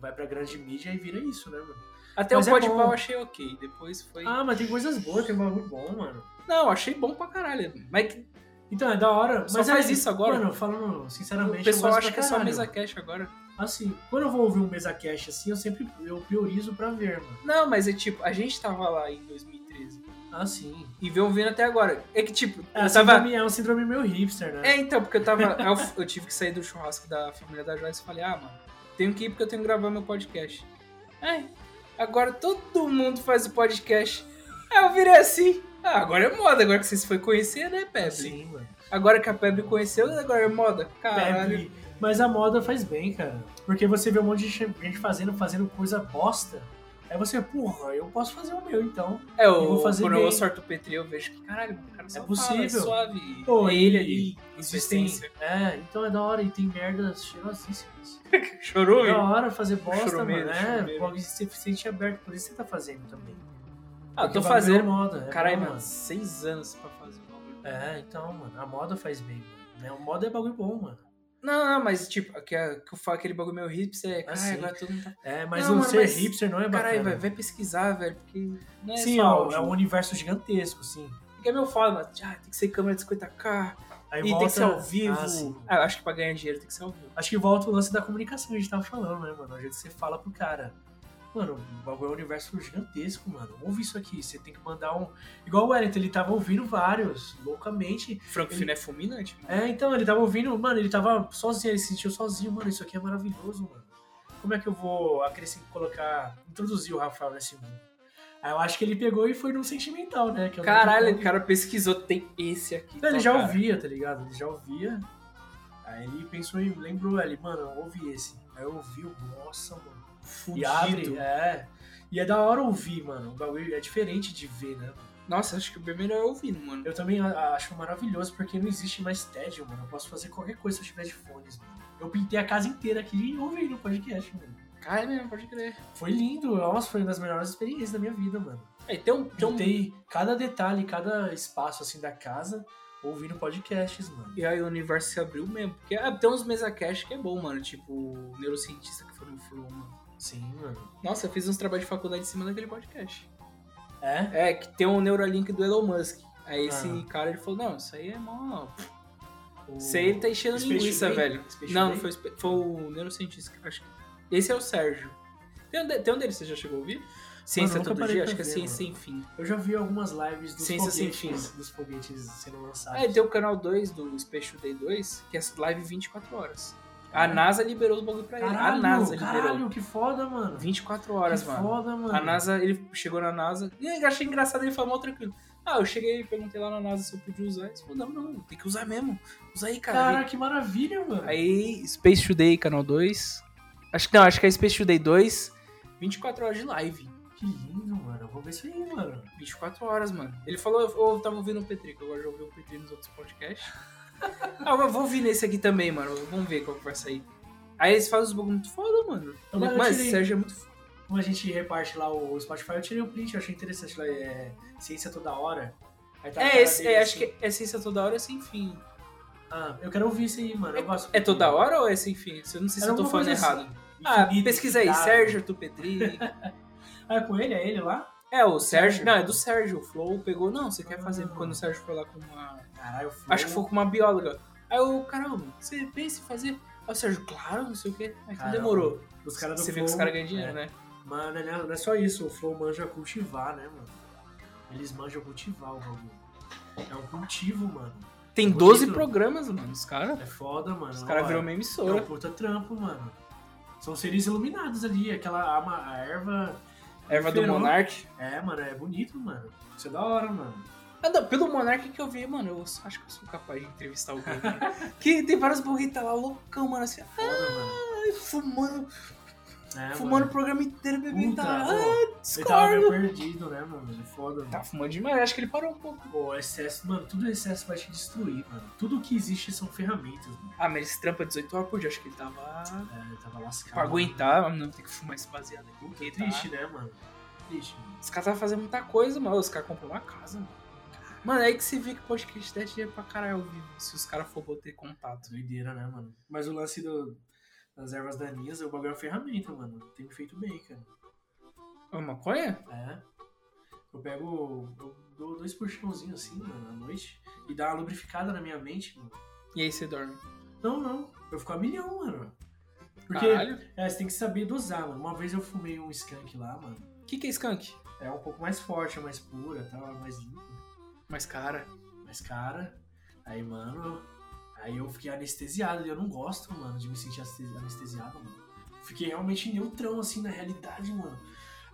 Speaker 2: vai pra grande mídia e vira isso, né, mano?
Speaker 1: Até
Speaker 2: Mas
Speaker 1: o
Speaker 2: é
Speaker 1: Podpah
Speaker 2: bom.
Speaker 1: eu achei ok. Depois foi.
Speaker 2: Ah, mas tem coisas boas, tem um bagulho bom, mano.
Speaker 1: Não, achei bom pra caralho. Mas que-
Speaker 2: Então, é da hora.
Speaker 1: Só
Speaker 2: mas
Speaker 1: faz
Speaker 2: aí,
Speaker 1: isso agora.
Speaker 2: Mano, falando sinceramente,
Speaker 1: o pessoal
Speaker 2: eu gosto
Speaker 1: acha
Speaker 2: pra
Speaker 1: que é só
Speaker 2: caralho.
Speaker 1: mesa cash agora.
Speaker 2: Assim, quando eu vou ouvir um mesa cash assim, eu sempre eu priorizo pra ver, mano.
Speaker 1: Não, mas é tipo, a gente tava lá em 2013
Speaker 2: Ah, sim.
Speaker 1: e vem ouvindo até agora. É que tipo,
Speaker 2: É,
Speaker 1: eu tava.
Speaker 2: síndrome- é um síndrome meio hipster, né?
Speaker 1: É, então, porque eu tava. eu, eu tive que sair do churrasco da família da Joyce e falei, ah, mano, tenho que ir porque eu tenho que gravar meu podcast. Ai, agora todo mundo faz o podcast. Aí eu virei assim. Ah, agora é moda, agora que vocês foi conhecer, né, Pepe?
Speaker 2: Sim, mano.
Speaker 1: Agora que a Pepe conheceu, agora é moda. Caralho.
Speaker 2: Bebe. Mas a moda faz bem, cara. Porque você vê um monte de gente fazendo, fazendo coisa bosta. Aí você, porra, eu posso fazer o meu então.
Speaker 1: É, eu,
Speaker 2: vou fazer
Speaker 1: quando eu
Speaker 2: bem.
Speaker 1: sorto o Petri, eu vejo que, caralho, mano, o cara só
Speaker 2: possível.
Speaker 1: fala, é suave.
Speaker 2: Pô,
Speaker 1: é
Speaker 2: e-
Speaker 1: ele ali,
Speaker 2: Existem.
Speaker 1: insistência.
Speaker 2: É, então é da hora. E tem merdas cheirosíssimas.
Speaker 1: Chorou,
Speaker 2: É
Speaker 1: hein?
Speaker 2: da hora fazer bosta,
Speaker 1: Churumeiro,
Speaker 2: mano. É,
Speaker 1: churumeiro.
Speaker 2: porque você se sente aberto. Por isso você tá fazendo também.
Speaker 1: Ah, eu tô
Speaker 2: Porque o bagulho é
Speaker 1: fazendo.
Speaker 2: moda. é
Speaker 1: Caralho,
Speaker 2: bom,
Speaker 1: mano, seis anos pra fazer o bagulho.
Speaker 2: É, então, mano, a moda faz bem. Né? O moda é bagulho bom, mano.
Speaker 1: Não, não, mas tipo, que, que eu falo aquele bagulho meio hipster é.
Speaker 2: Ah,
Speaker 1: Caralho,
Speaker 2: sim.
Speaker 1: agora todo mundo tá.
Speaker 2: É, mas
Speaker 1: Não,
Speaker 2: não,
Speaker 1: mano,
Speaker 2: ser
Speaker 1: mas-
Speaker 2: hipster não é bacana.
Speaker 1: Caralho, vai, vai pesquisar, velho, porque não é
Speaker 2: Sim,
Speaker 1: só
Speaker 2: ó,
Speaker 1: áudio.
Speaker 2: é um universo gigantesco, sim.
Speaker 1: Porque é meu foda, mas ah, tem que ser câmera de 50k,
Speaker 2: Aí
Speaker 1: e tem
Speaker 2: volta-
Speaker 1: que ser ao vivo.
Speaker 2: Ah, sim.
Speaker 1: Ah, eu acho que pra ganhar dinheiro tem que ser ao vivo.
Speaker 2: Acho que volta o lance da comunicação que a gente tava falando, né, mano? O jeito que você fala pro cara. Mano, o bagulho é um universo gigantesco, mano. Ouve isso aqui. Você tem que mandar um. Igual o Wellington, ele tava ouvindo vários, loucamente.
Speaker 1: Franco Fino é fulminante, mano.
Speaker 2: É, então, ele tava ouvindo, mano, ele tava sozinho, ele se sentiu sozinho, mano. Isso aqui é maravilhoso, mano. Como é que eu vou acrescentar, colocar, introduzir o Rafael nesse mundo? Aí eu acho que ele pegou e foi no sentimental, né? que é o
Speaker 1: Caralho,
Speaker 2: Donkey
Speaker 1: o
Speaker 2: Kong.
Speaker 1: cara pesquisou, tem esse aqui.
Speaker 2: Não, ele
Speaker 1: então,
Speaker 2: já
Speaker 1: cara.
Speaker 2: ouvia, tá ligado? Ele já ouvia. Aí ele pensou e lembrou ele, mano, ouvi esse. Aí eu ouvi, eu, nossa, mano. E abre,
Speaker 1: Fudido.
Speaker 2: é. E é da hora ouvir, mano. O bagulho é diferente de ver, né? mano?
Speaker 1: Nossa, acho que o bem melhor ouvindo, mano.
Speaker 2: Eu também a- acho maravilhoso porque não existe mais tédio, mano. Eu posso fazer qualquer coisa se eu tiver de fones, mano. Eu pintei a casa inteira aqui e ouvi no podcast, mano.
Speaker 1: Cara, mesmo, pode crer.
Speaker 2: Foi lindo, nossa, foi uma das melhores experiências da minha vida, mano.
Speaker 1: Aí tem um. Tem um...
Speaker 2: Pintei cada detalhe, cada espaço assim da casa, ouvindo podcasts, mano.
Speaker 1: E aí o universo se abriu mesmo. Porque ah, tem uns mesa cash que é bom, mano. Tipo, o neurocientista que foi no Flow, mano.
Speaker 2: Sim, mano.
Speaker 1: Nossa, eu fiz uns trabalhos de faculdade em cima daquele podcast.
Speaker 2: É?
Speaker 1: É, que tem um Neuralink do Elon Musk. Aí esse
Speaker 2: Ah.
Speaker 1: cara ele falou, não, isso aí é mó.
Speaker 2: O-
Speaker 1: Isso aí tá enchendo
Speaker 2: Space
Speaker 1: linguiça,
Speaker 2: Today?
Speaker 1: velho.
Speaker 2: Space
Speaker 1: não, não
Speaker 2: Today?
Speaker 1: foi, o Spa- foi o neurocientista, que- acho que. Esse é o Sérgio. Tem um, de- tem um deles, você já chegou a ouvir? Ciência
Speaker 2: nunca
Speaker 1: Todo
Speaker 2: parei
Speaker 1: Dia?
Speaker 2: pra
Speaker 1: Acho que é
Speaker 2: ver,
Speaker 1: Ciência Sem Fim.
Speaker 2: Eu já vi algumas lives dos
Speaker 1: Ciência sem
Speaker 2: foguetes, dos foguetes sendo lançados.
Speaker 1: Aí É, tem o canal 2 do Space Today 2, que é live 24 horas. A
Speaker 2: É.
Speaker 1: NASA liberou os bagulho pra ele.
Speaker 2: Caralho,
Speaker 1: a NASA liberou.
Speaker 2: caralho, que foda, mano.
Speaker 1: 24 horas,
Speaker 2: que
Speaker 1: mano.
Speaker 2: foda, mano.
Speaker 1: A NASA, ele chegou na NASA. E eu achei engraçado, ele foi mal tranquilo. Ah, eu cheguei e perguntei lá na NASA se eu podia usar. Ele falou, não, não, tem que usar mesmo. Usa aí, cara.
Speaker 2: Cara, que maravilha, mano.
Speaker 1: tá Aí, Space Today, canal 2. Acho que não, acho que é Space Today 2. 24 horas de live.
Speaker 2: Que lindo, mano. Eu vou ver isso aí, mano.
Speaker 1: 24 horas, mano. Ele falou, eu, eu tava ouvindo o Petri, que eu gosto de ouvir o Petri nos outros podcasts. ah, eu vou ouvir nesse aqui também, mano. Vamos ver qual que vai sair. Aí eles fazem os bagulho muito foda, mano.
Speaker 2: Eu- mas eu
Speaker 1: Mas
Speaker 2: tirei.
Speaker 1: o Sérgio é muito foda.
Speaker 2: Como a gente reparte lá o Spotify, eu tirei o print, eu achei interessante lá. É Ciência Toda Hora. Aí tá a
Speaker 1: É,
Speaker 2: cara
Speaker 1: esse,
Speaker 2: dele,
Speaker 1: é,
Speaker 2: assim.
Speaker 1: acho que é ciência toda hora é sem fim.
Speaker 2: Ah, eu quero ouvir isso aí, mano. Eu gosto.
Speaker 1: É toda hora ou é sem fim? Eu não sei se
Speaker 2: Era
Speaker 1: eu tô
Speaker 2: alguma
Speaker 1: falando
Speaker 2: coisa
Speaker 1: errado.
Speaker 2: assim.
Speaker 1: Ah,
Speaker 2: Infinito,
Speaker 1: pesquisa aí,
Speaker 2: infindável.
Speaker 1: Sérgio Tupetri.
Speaker 2: Ah, é com ele? É ele lá?
Speaker 1: é, o
Speaker 2: Sérgio.
Speaker 1: Sérgio. Não, é do Sérgio. O Flow pegou. Não, você quer fazer
Speaker 2: Ah.
Speaker 1: quando o Sérgio foi lá com uma.
Speaker 2: Caralho, Flow.
Speaker 1: Acho que foi com uma bióloga. Aí eu, caramba, você pensa em fazer? Aí o Sérgio, claro, não sei o quê. Aí então
Speaker 2: Caramba.
Speaker 1: demorou.
Speaker 2: Os caras do
Speaker 1: você vê
Speaker 2: Flow.
Speaker 1: que os caras ganham dinheiro,
Speaker 2: é.
Speaker 1: né?
Speaker 2: Mano, né, não é só isso, o Flow manja cultivar, né, mano? Eles manjam cultivar o bagulho. É um cultivo, mano.
Speaker 1: Tem
Speaker 2: Bonito.
Speaker 1: 12 programas, mano, os caras.
Speaker 2: É foda, mano.
Speaker 1: Os caras
Speaker 2: Ó,
Speaker 1: viram uma
Speaker 2: É um
Speaker 1: emissora.
Speaker 2: puta trampo, mano. São seres iluminados ali, aquela ama- a erva.
Speaker 1: Erva do
Speaker 2: Ferou.
Speaker 1: Monark.
Speaker 2: É, mano, é bonito, mano. Isso é da hora, mano.
Speaker 1: Ah, não, pelo Monark que eu vi, mano, eu acho que eu sou capaz de entrevistar alguém. mano. que tem vários burritas lá, loucão, mano, assim,
Speaker 2: Foda, mano.
Speaker 1: ai, fumando,
Speaker 2: É,
Speaker 1: fumando o
Speaker 2: mano.
Speaker 1: programa inteiro, bebendo.
Speaker 2: Puta,
Speaker 1: Tá,
Speaker 2: ó,
Speaker 1: ah,
Speaker 2: Ele tava
Speaker 1: discordo.
Speaker 2: meio perdido, né, mano? É foda, mano.
Speaker 1: Tá fumando demais, acho que ele parou um pouco.
Speaker 2: Pô, excesso, mano, tudo excesso vai te destruir, mano. Tudo que existe são ferramentas, mano.
Speaker 1: Ah, mas ele trampa 18 horas por dia, acho que ele tava
Speaker 2: É, eu tava lascado.
Speaker 1: pra aguentar, não tem que fumar esse baseado aqui.
Speaker 2: Puta,
Speaker 1: porque tá-
Speaker 2: triste, né, mano? Triste, mano.
Speaker 1: Os caras estavam fazendo muita coisa, mano. Os caras compraram uma casa, mano. Mano, é aí que você vê que podcast dá dinheiro pra caralho ao vivo, se os caras for ter contato.
Speaker 2: Doideira, né, mano? Mas o lance do- das ervas daninhas, o bagulho é uma ferramenta, mano. Tem me feito bem, cara.
Speaker 1: Ô, maconha?
Speaker 2: É. Eu pego. Eu dou dois puxãozinhos assim, mano, à noite. E dá uma lubrificada na minha mente, mano.
Speaker 1: E aí você dorme.
Speaker 2: Não, não. Eu fico a milhão, mano. Porque
Speaker 1: Caralho.
Speaker 2: é, você tem que saber dosar, mano. Uma vez eu fumei um skunk lá, mano.
Speaker 1: O que, que é skunk?
Speaker 2: É um pouco mais forte, é mais pura, tal, é mais limpa,
Speaker 1: Mas, cara,
Speaker 2: mais cara. Aí, mano. Aí eu fiquei anestesiado. E eu não gosto, mano, de me sentir anestesi- anestesiado, mano. Fiquei realmente neutrão, assim, na realidade, mano.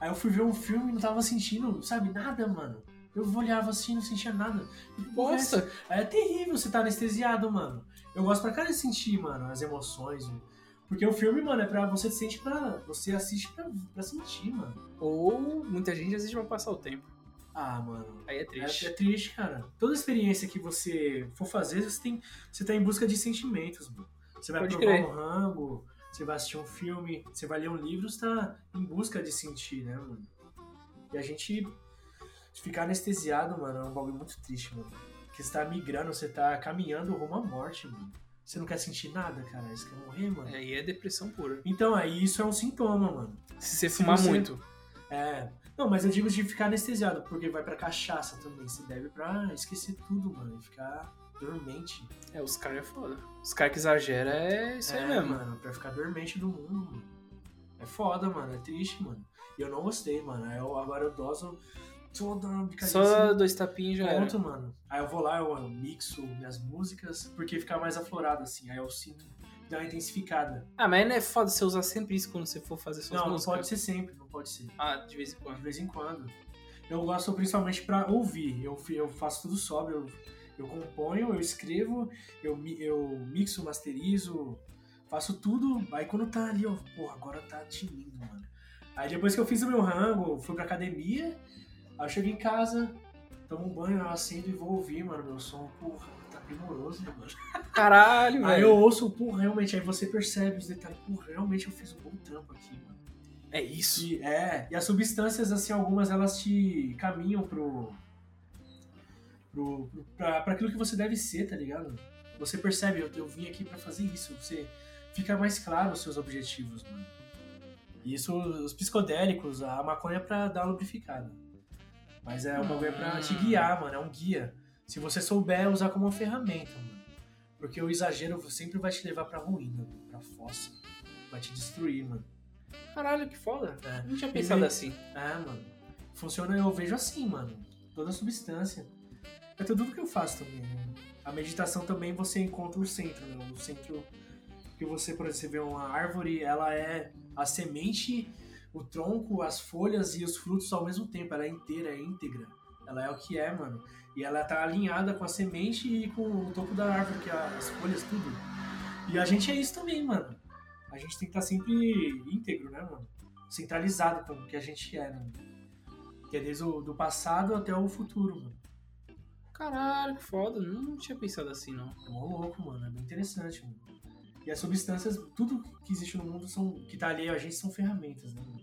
Speaker 2: Aí eu fui ver um filme e não tava sentindo, sabe, nada, mano. Eu olhava assim não sentia nada. E,
Speaker 1: nossa,
Speaker 2: É, é terrível você tá anestesiado, mano. Eu gosto pra cara de sentir, mano, as emoções. mano. Porque o filme, mano, é pra você sente pra. Você assiste pra, pra sentir, mano.
Speaker 1: ou muita gente assiste pra passar o tempo.
Speaker 2: Ah, mano.
Speaker 1: Aí é
Speaker 2: É, é
Speaker 1: triste.
Speaker 2: triste, cara. Toda experiência que você for fazer, você, tem, você tá em busca de sentimentos, mano. Você vai
Speaker 1: Pode
Speaker 2: provar
Speaker 1: crer.
Speaker 2: um rango, você vai assistir um filme, você vai ler um livro, você tá em busca de sentir, né, mano? E a gente ficar anestesiado, mano, é um bagulho muito triste, mano. Porque você tá migrando, você tá caminhando rumo à morte, mano. Você não quer sentir nada, cara. Você quer morrer, mano.
Speaker 1: Aí é depressão pura.
Speaker 2: Então, aí isso é um sintoma, mano.
Speaker 1: Se você
Speaker 2: Se
Speaker 1: fumar
Speaker 2: você-
Speaker 1: muito.
Speaker 2: É. Não, mas eu digo de ficar anestesiado, porque vai pra cachaça também. Se deve pra ah, esquecer tudo, mano. E ficar dormente.
Speaker 1: É, os caras é foda. Os caras que exageram é isso aí
Speaker 2: é,
Speaker 1: mesmo.
Speaker 2: mano. Pra ficar dormente do mundo, mano. É foda, mano. É triste, mano. E eu não gostei, mano. Aí Eu, agora eu doso toda a
Speaker 1: Só dois tapinhas já era.
Speaker 2: Pronto, mano. Aí eu vou lá, eu eu mixo minhas músicas, porque fica mais aflorado, assim. Aí eu sinto, dá uma intensificada.
Speaker 1: Ah, mas não é foda você usar sempre isso quando você for fazer suas
Speaker 2: não, não
Speaker 1: músicas.
Speaker 2: pode ser sempre, não pode ser.
Speaker 1: Ah, de vez em quando.
Speaker 2: De vez em quando. Eu gosto principalmente pra ouvir. Eu, fi- eu faço tudo sobre. Eu, eu componho, eu escrevo, eu, mi- eu mixo, masterizo, faço tudo. Aí quando tá ali, eu, porra, agora tá tinindo, mano. Aí depois que eu fiz o meu rango, fui pra academia, aí eu cheguei em casa, tomo um banho, eu acendo e vou ouvir, mano, meu som, porra, tá primoroso, né, mano?
Speaker 1: Caralho,
Speaker 2: Aí
Speaker 1: velho.
Speaker 2: eu ouço, porra, realmente, aí você percebe os detalhes, porra, realmente eu fiz um bom trampo aqui, mano.
Speaker 1: É isso.
Speaker 2: E, é, e as substâncias, assim, algumas elas te caminham pro. pro, pro pra, pra aquilo que você deve ser, tá ligado? Você percebe, eu, eu vim aqui pra fazer isso. Você fica mais claro os seus objetivos, mano. E Isso, os psicodélicos, a maconha é pra dar uma lubrificada. Mas é um bagulho pra te guiar, mano, é um guia. Se você souber usar como uma ferramenta, mano. Porque o exagero sempre vai te levar pra ruína, mano, pra fossa. Vai te destruir, mano.
Speaker 1: Caralho, que foda.
Speaker 2: É.
Speaker 1: Não tinha pensado
Speaker 2: E-
Speaker 1: assim.
Speaker 2: Ah, mano. Funciona, eu vejo assim, mano. Toda substância. É tudo que eu faço também, né? A meditação também você encontra o centro, né? O centro que você, por exemplo, você vê uma árvore, ela é a semente, o tronco, as folhas e os frutos ao mesmo tempo. Ela é inteira, é íntegra. Ela é o que é, mano. E ela tá alinhada com a semente e com o topo da árvore, que é as folhas, tudo. E a gente é isso também, mano. A gente tem que estar sempre íntegro, né, mano? centralizado com o que a gente é, né? Que é desde o do passado até o futuro, mano.
Speaker 1: Caralho, que foda. Não, não tinha pensado assim, não.
Speaker 2: É mó louco, mano. É bem interessante, mano. E as substâncias, tudo que existe no mundo são, que tá alheio a gente são ferramentas, né, mano?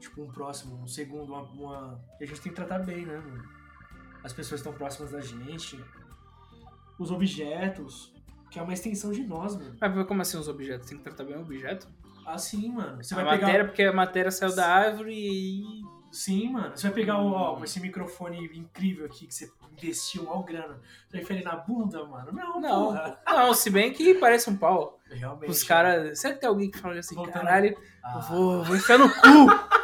Speaker 2: Tipo, um próximo, um segundo, uma, uma- E a gente tem que tratar bem, né, mano? As pessoas estão próximas da gente. Os objetos, que é uma extensão de nós, mano.
Speaker 1: Mas como assim os objetos? Tem que tratar bem o objeto?
Speaker 2: Assim, mano. Você
Speaker 1: a
Speaker 2: vai pegar.
Speaker 1: matéria, porque a matéria saiu da árvore e.
Speaker 2: Sim, mano. Você vai pegar o,
Speaker 1: Uhum.
Speaker 2: ó, esse microfone incrível aqui que você investiu mal grana. Você vai enfiar ele na bunda, mano? Não,
Speaker 1: Não.
Speaker 2: porra.
Speaker 1: Ah, Não, se bem que parece um pau.
Speaker 2: Realmente.
Speaker 1: Os caras. Será que tem alguém que fala assim,
Speaker 2: Voltando.
Speaker 1: caralho,
Speaker 2: Ah,
Speaker 1: eu vou, vou enfiar no cu?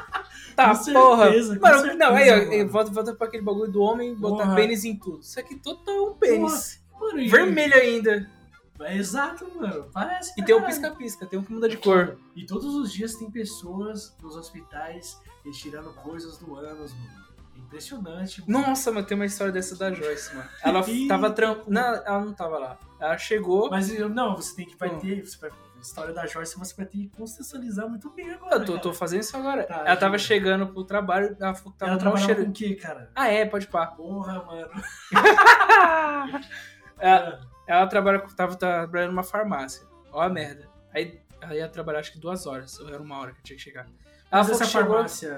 Speaker 1: tá,
Speaker 2: Com
Speaker 1: porra.
Speaker 2: certeza, com
Speaker 1: mano, não, aí,
Speaker 2: certeza,
Speaker 1: ó,
Speaker 2: mano.
Speaker 1: volta, volta pra aquele bagulho do homem botar
Speaker 2: Porra.
Speaker 1: pênis em tudo. Isso aqui total é um pênis.
Speaker 2: mano, e-
Speaker 1: Vermelho ainda.
Speaker 2: É exato, mano. Parece.
Speaker 1: E
Speaker 2: pra
Speaker 1: tem um
Speaker 2: caralho.
Speaker 1: pisca-pisca, tem um que muda de cor.
Speaker 2: E todos os dias tem pessoas nos hospitais retirando coisas do ânus, mano. É Impressionante, mano.
Speaker 1: Nossa, mas tem uma história dessa da Joyce, mano. Ela
Speaker 2: Ih.
Speaker 1: tava trampando. Não, ela não tava lá. Ela chegou.
Speaker 2: Mas eu- não, você tem que vai
Speaker 1: Hum.
Speaker 2: ter. Você vai, a história da Joyce você vai ter que contextualizar muito bem agora.
Speaker 1: Eu tô, tô
Speaker 2: cara.
Speaker 1: fazendo isso agora.
Speaker 2: Tá,
Speaker 1: ela tava
Speaker 2: juro.
Speaker 1: chegando pro trabalho, ela falou que tava com
Speaker 2: Ela
Speaker 1: um
Speaker 2: trabalhava
Speaker 1: cheiro.
Speaker 2: com o quê, cara?
Speaker 1: Ah, é, pode pá.
Speaker 2: Porra, mano.
Speaker 1: ela, ela trabalha, com- tava trabalhando numa farmácia. Ó a merda. Aí ela ia trabalhar acho que duas horas, ou era uma hora que tinha que chegar. Ela
Speaker 2: Mas
Speaker 1: falou
Speaker 2: essa
Speaker 1: que chegou. Farmácia,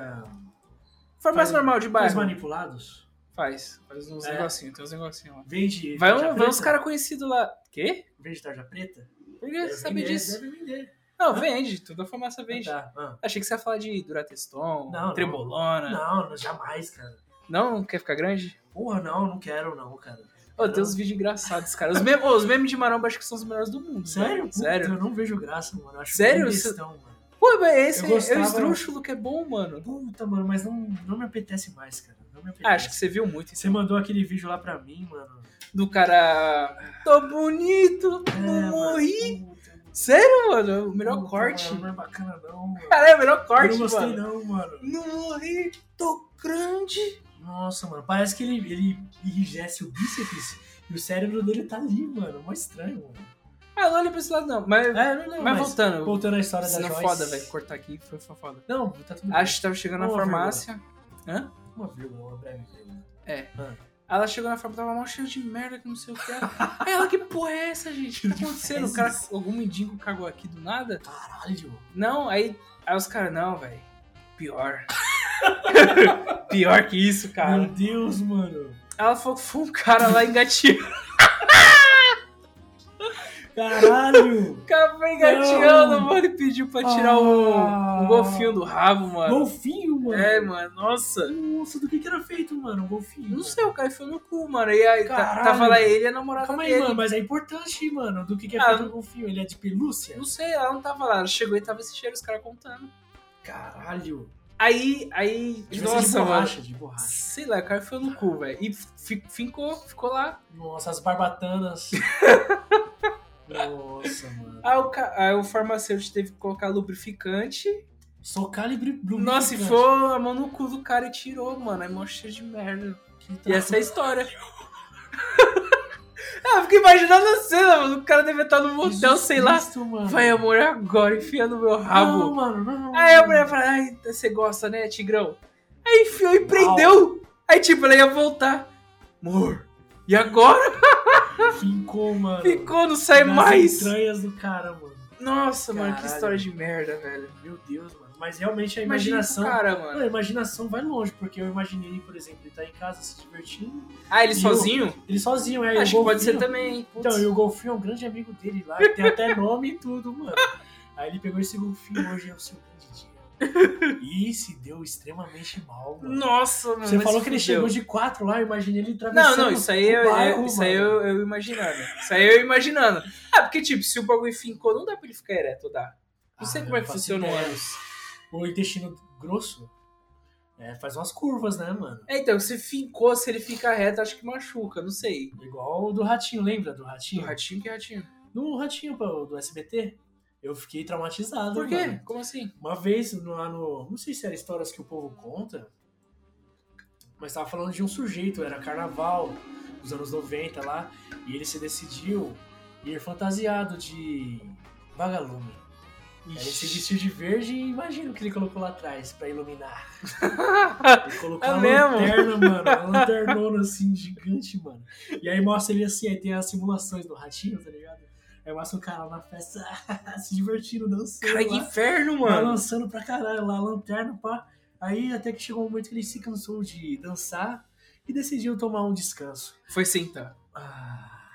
Speaker 2: farmácia. faz-
Speaker 1: normal de
Speaker 2: Os
Speaker 1: bairro.
Speaker 2: manipulados?
Speaker 1: Faz. Faz uns
Speaker 2: É.
Speaker 1: negocinhos, tem uns negocinhos lá.
Speaker 2: Vende.
Speaker 1: Vai,
Speaker 2: tarja
Speaker 1: um, vai uns
Speaker 2: preta?
Speaker 1: caras conhecidos lá. Quê?
Speaker 2: Vende tarja preta?
Speaker 1: Por que você sabe
Speaker 2: Deve vender,
Speaker 1: disso?
Speaker 2: Deve vender.
Speaker 1: Não, vende. Toda a farmácia vende.
Speaker 2: Ah, tá.
Speaker 1: Achei que você ia falar de Durateston,
Speaker 2: Não, não. Ah.
Speaker 1: Trebolona.
Speaker 2: Não, não, jamais, cara.
Speaker 1: Não. quer ficar grande?
Speaker 2: Porra, não, não quero, não, cara.
Speaker 1: Ô, tem uns vídeos engraçados, cara. Os, mem- ô, os memes de Maromba acho que são os melhores do mundo.
Speaker 2: Sério?
Speaker 1: né?
Speaker 2: Puta,
Speaker 1: Sério.
Speaker 2: Eu não vejo graça, mano. Eu Acho
Speaker 1: Sério?
Speaker 2: bem
Speaker 1: Isso-
Speaker 2: bestão, mano.
Speaker 1: Pô, mas esse
Speaker 2: Eu
Speaker 1: é
Speaker 2: gostava-
Speaker 1: o esdrúxulo que é bom, mano.
Speaker 2: Puta, mano, mas não, não me apetece mais, cara. Não me apetece.
Speaker 1: Ah, acho que você viu muito.
Speaker 2: Você mandou aquele vídeo lá pra mim, mano.
Speaker 1: Do cara. Tô bonito,
Speaker 2: É,
Speaker 1: não
Speaker 2: mano,
Speaker 1: morri.
Speaker 2: puta, mano.
Speaker 1: Sério, mano? O melhor
Speaker 2: Puta,
Speaker 1: corte.
Speaker 2: mano, Não é bacana, não, mano.
Speaker 1: Cara, é o melhor
Speaker 2: Eu
Speaker 1: corte,
Speaker 2: não gostei,
Speaker 1: mano.
Speaker 2: não, mano.
Speaker 1: Não. morri, tô grande.
Speaker 2: Nossa, mano, parece que ele, ele enrijece o bíceps e o cérebro dele tá ali, mano. Mó estranho, mano.
Speaker 1: Ah, não olha pra esse lado, não. Mas,
Speaker 2: É, não, não,
Speaker 1: mas voltando.
Speaker 2: voltando à história da
Speaker 1: Cena
Speaker 2: Joyce.
Speaker 1: é foda, velho. Cortar aqui foi foi foda.
Speaker 2: Não, tá tudo bem.
Speaker 1: Acho que tava chegando na
Speaker 2: Uma
Speaker 1: farmácia. Hã?
Speaker 2: Uma vírgula, uma breve vírgula.
Speaker 1: Ela chegou na farmácia, tava mal cheio de merda, que não sei o que era. Aí ela, que porra é essa, gente? O que tá acontecendo? O cara, algum mendigo cagou aqui do nada?
Speaker 2: Caralho.
Speaker 1: Não, aí, aí os caras, não, velho. Pior. Pior que isso, cara.
Speaker 2: Meu Deus, mano.
Speaker 1: Ela falou que foi um cara lá engatinhando.
Speaker 2: Caralho.
Speaker 1: O cara foi engatinhando,
Speaker 2: Não. Ah.
Speaker 1: mano, e pediu pra tirar o, o golfinho do rabo, mano.
Speaker 2: golfinho, mano.
Speaker 1: É, mano, nossa.
Speaker 2: Nossa, do que que era feito, mano? Um golfinho.
Speaker 1: Não
Speaker 2: mano.
Speaker 1: sei, o cara foi no cu, mano. E aí tá-
Speaker 2: Caralho.
Speaker 1: tava lá ele e a namorada
Speaker 2: Calma aí,
Speaker 1: dele.
Speaker 2: mano, mas é importante, mano. Do que que é
Speaker 1: Ah,
Speaker 2: feito um golfinho? Ele é de pelúcia?
Speaker 1: Não sei, ela não tava lá. Ela chegou e tava esse cheiro, os caras contando.
Speaker 2: Caralho.
Speaker 1: Aí, aí.
Speaker 2: Devia ser de
Speaker 1: Nossa, mano.
Speaker 2: borracha, de borracha.
Speaker 1: Sei lá, o cara foi no cu, velho. E fi- ficou, ficou lá.
Speaker 2: Nossa, as barbatanas. Nossa, mano.
Speaker 1: Aí o, ca- aí o farmacêutico teve que colocar lubrificante.
Speaker 2: Sou calibre blue.
Speaker 1: Nossa, e foi a mão no cu do cara e tirou, mano. Aí mó cheiro de merda. E essa é a história. ah, eu fiquei imaginando a cena, mano. O cara deve estar no motel, então, sei lá.
Speaker 2: Mano.
Speaker 1: Vai, amor, é agora, enfia no meu rabo.
Speaker 2: Não, mano, não.
Speaker 1: Aí a mulher fala, ai, você gosta, né, Tigrão? Aí enfiou e prendeu. Aí, tipo, ela ia voltar. Amor, e agora?
Speaker 2: Ficou, mano.
Speaker 1: Ficou, não sai
Speaker 2: Nas
Speaker 1: mais.
Speaker 2: entranhas do cara, mano.
Speaker 1: Nossa, mano, que
Speaker 2: Caralho.
Speaker 1: história de merda, velho.
Speaker 2: Meu Deus, mano. Mas realmente a
Speaker 1: Imagina
Speaker 2: imaginação.
Speaker 1: o cara,
Speaker 2: Mano, a
Speaker 1: mano.
Speaker 2: imaginação vai longe, porque eu imaginei, por exemplo, ele tá em casa se divertindo,
Speaker 1: Ah, ele
Speaker 2: E
Speaker 1: sozinho?
Speaker 2: ele sozinho, é
Speaker 1: Acho
Speaker 2: o
Speaker 1: que pode ser
Speaker 2: golfinho-
Speaker 1: também, hein? Putz.
Speaker 2: Então, e o golfinho é um grande amigo dele lá, que tem até nome e tudo, mano. Aí ele pegou esse golfinho, hoje é o seu grande dia. E se deu extremamente mal, mano.
Speaker 1: Nossa, mano.
Speaker 2: Você
Speaker 1: mas
Speaker 2: falou que ele
Speaker 1: fudeu.
Speaker 2: chegou de quatro lá, eu imaginei ele
Speaker 1: Não,
Speaker 2: atravessando
Speaker 1: não, isso aí,
Speaker 2: o
Speaker 1: eu,
Speaker 2: bairro,
Speaker 1: eu- isso aí
Speaker 2: mano.
Speaker 1: eu, eu imaginando. Isso aí eu imaginando. Ah, porque, tipo, se o bagulho fincou, não dá pra ele ficar ereto, dá. Não sei
Speaker 2: Ah,
Speaker 1: como é que
Speaker 2: faço
Speaker 1: funciona o
Speaker 2: ideia.
Speaker 1: ânus.
Speaker 2: O intestino grosso é, faz umas curvas, né, mano?
Speaker 1: É, então, se fincou, se ele fica reto, acho que machuca, não sei.
Speaker 2: Igual o do ratinho, lembra do
Speaker 1: Do
Speaker 2: ratinho?
Speaker 1: ratinho que ratinho.
Speaker 2: No ratinho pô, do SBT, eu fiquei traumatizado.
Speaker 1: Por quê?
Speaker 2: mano.
Speaker 1: Como assim?
Speaker 2: Uma vez, lá no. Não sei se era histórias que o povo conta, mas tava falando de um sujeito, era carnaval dos anos 90 lá, e ele se decidiu ir fantasiado de vagalume. Aí Ele se vestiu de verde e imagina o que ele colocou lá atrás pra iluminar. Ele colocou
Speaker 1: É
Speaker 2: uma
Speaker 1: mesmo?
Speaker 2: lanterna, mano. Uma lanternona assim, gigante, mano. E aí mostra ele assim, aí tem as simulações do ratinho, tá ligado? Aí mostra o cara lá na festa se divertindo, dançando.
Speaker 1: Cara, que
Speaker 2: lá,
Speaker 1: inferno, mano.
Speaker 2: Balançando pra caralho lá, a lanterna, pá. Aí até que chegou um momento que ele se cansou de dançar e decidiu tomar um descanso.
Speaker 1: Foi sentar.
Speaker 2: Ah.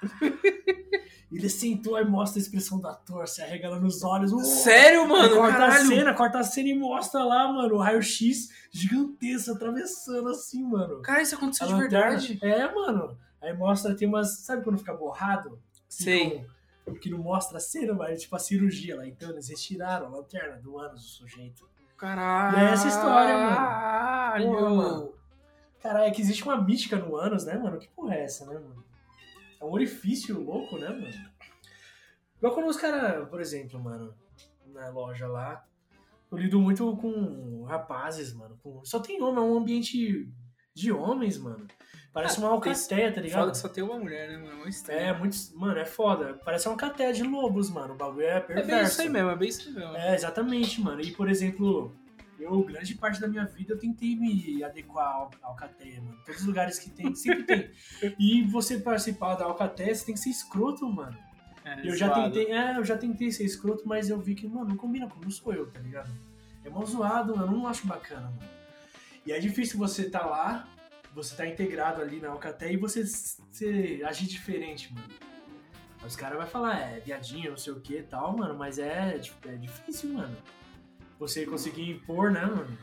Speaker 2: ele sentou e mostra a expressão do ator, se arregalando os olhos. Uou!
Speaker 1: Sério, mano?
Speaker 2: corta a
Speaker 1: é Caralho.
Speaker 2: cena, corta a cena e mostra lá, mano, o raio-x gigantesco atravessando assim, mano.
Speaker 1: Cara, isso aconteceu
Speaker 2: A
Speaker 1: de
Speaker 2: lanterna-
Speaker 1: verdade.
Speaker 2: É, mano. Aí mostra, tem umas. Sabe quando fica borrado?
Speaker 1: Sei.
Speaker 2: Ficam- Que não mostra a cena, mas é tipo a cirurgia lá. Então eles retiraram a lanterna do ânus do sujeito.
Speaker 1: Caralho.
Speaker 2: É essa história, mano.
Speaker 1: Caralho.
Speaker 2: Porra, mano. tá Caralho, é que existe uma mística no ânus, né, mano? Que porra é essa, né, mano? É um orifício louco, né, mano? Igual quando os caras, por exemplo, mano, na loja lá, eu lido muito com rapazes, mano. com- Só tem homem, é um ambiente de homens, mano. Parece
Speaker 1: Ah,
Speaker 2: uma alcateia, tá
Speaker 1: Fala
Speaker 2: ligado?
Speaker 1: que só tem uma mulher, né, mano? É uma estranha.
Speaker 2: É, muito. Mano, é foda. Parece uma alcateia de lobos, mano. O bagulho é
Speaker 1: É
Speaker 2: perverso.
Speaker 1: bem isso aí mesmo, é bem isso aí mesmo.
Speaker 2: É, exatamente, mano. E, por exemplo, eu, grande parte da minha vida, eu tentei me adequar ao- à Alcateia, mano. Todos os lugares que tem, sempre tem. E você participar da Alcateia, você tem que ser escroto, mano.
Speaker 1: É,
Speaker 2: eu já
Speaker 1: zoado.
Speaker 2: tentei, é, eu já tentei ser escroto, mas eu vi que, mano, não combina com, não sou eu, tá ligado? É mó zoado, eu não acho bacana, mano. E é difícil você tá lá, você tá integrado ali na Alcateia e você, se agir diferente, mano. Aí Os caras vão falar, é viadinho, não sei o que e tal, mano, mas é, tipo, é difícil, mano. Você conseguir impor, né, mano?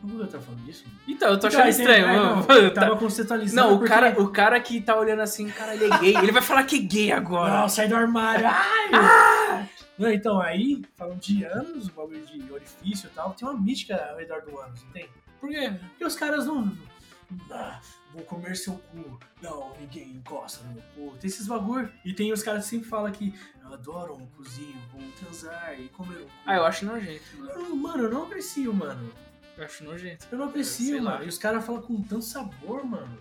Speaker 2: Como eu tava falando disso?
Speaker 1: Então, eu tô
Speaker 2: Então,
Speaker 1: achando
Speaker 2: aí tem-
Speaker 1: estranho,
Speaker 2: é,
Speaker 1: mano.
Speaker 2: não, eu
Speaker 1: Tá-
Speaker 2: tava conceitualizando.
Speaker 1: Não, o
Speaker 2: porque-
Speaker 1: cara, o cara que tá olhando assim, cara, ele é gay. Ele vai falar que é gay agora.
Speaker 2: Não, sai do armário. Ai!
Speaker 1: Ah!
Speaker 2: Não, então, aí, falando de anos, o bagulho de orifício e tal, tem uma mística ao redor do ânus, não tem?
Speaker 1: Por quê?
Speaker 2: Porque os caras não. Ah, vou comer seu cu. Não, ninguém encosta no meu cu. Tem esses bagulho. E tem os caras que sempre falam que adoram um cozinho, vão transar e comer um cu.
Speaker 1: Ah, eu acho nojento, mano.
Speaker 2: Não, Mano, eu não aprecio, mano.
Speaker 1: Eu acho nojento.
Speaker 2: Eu não
Speaker 1: Sei
Speaker 2: aprecio,
Speaker 1: lá.
Speaker 2: mano. E os caras falam com tanto sabor, mano.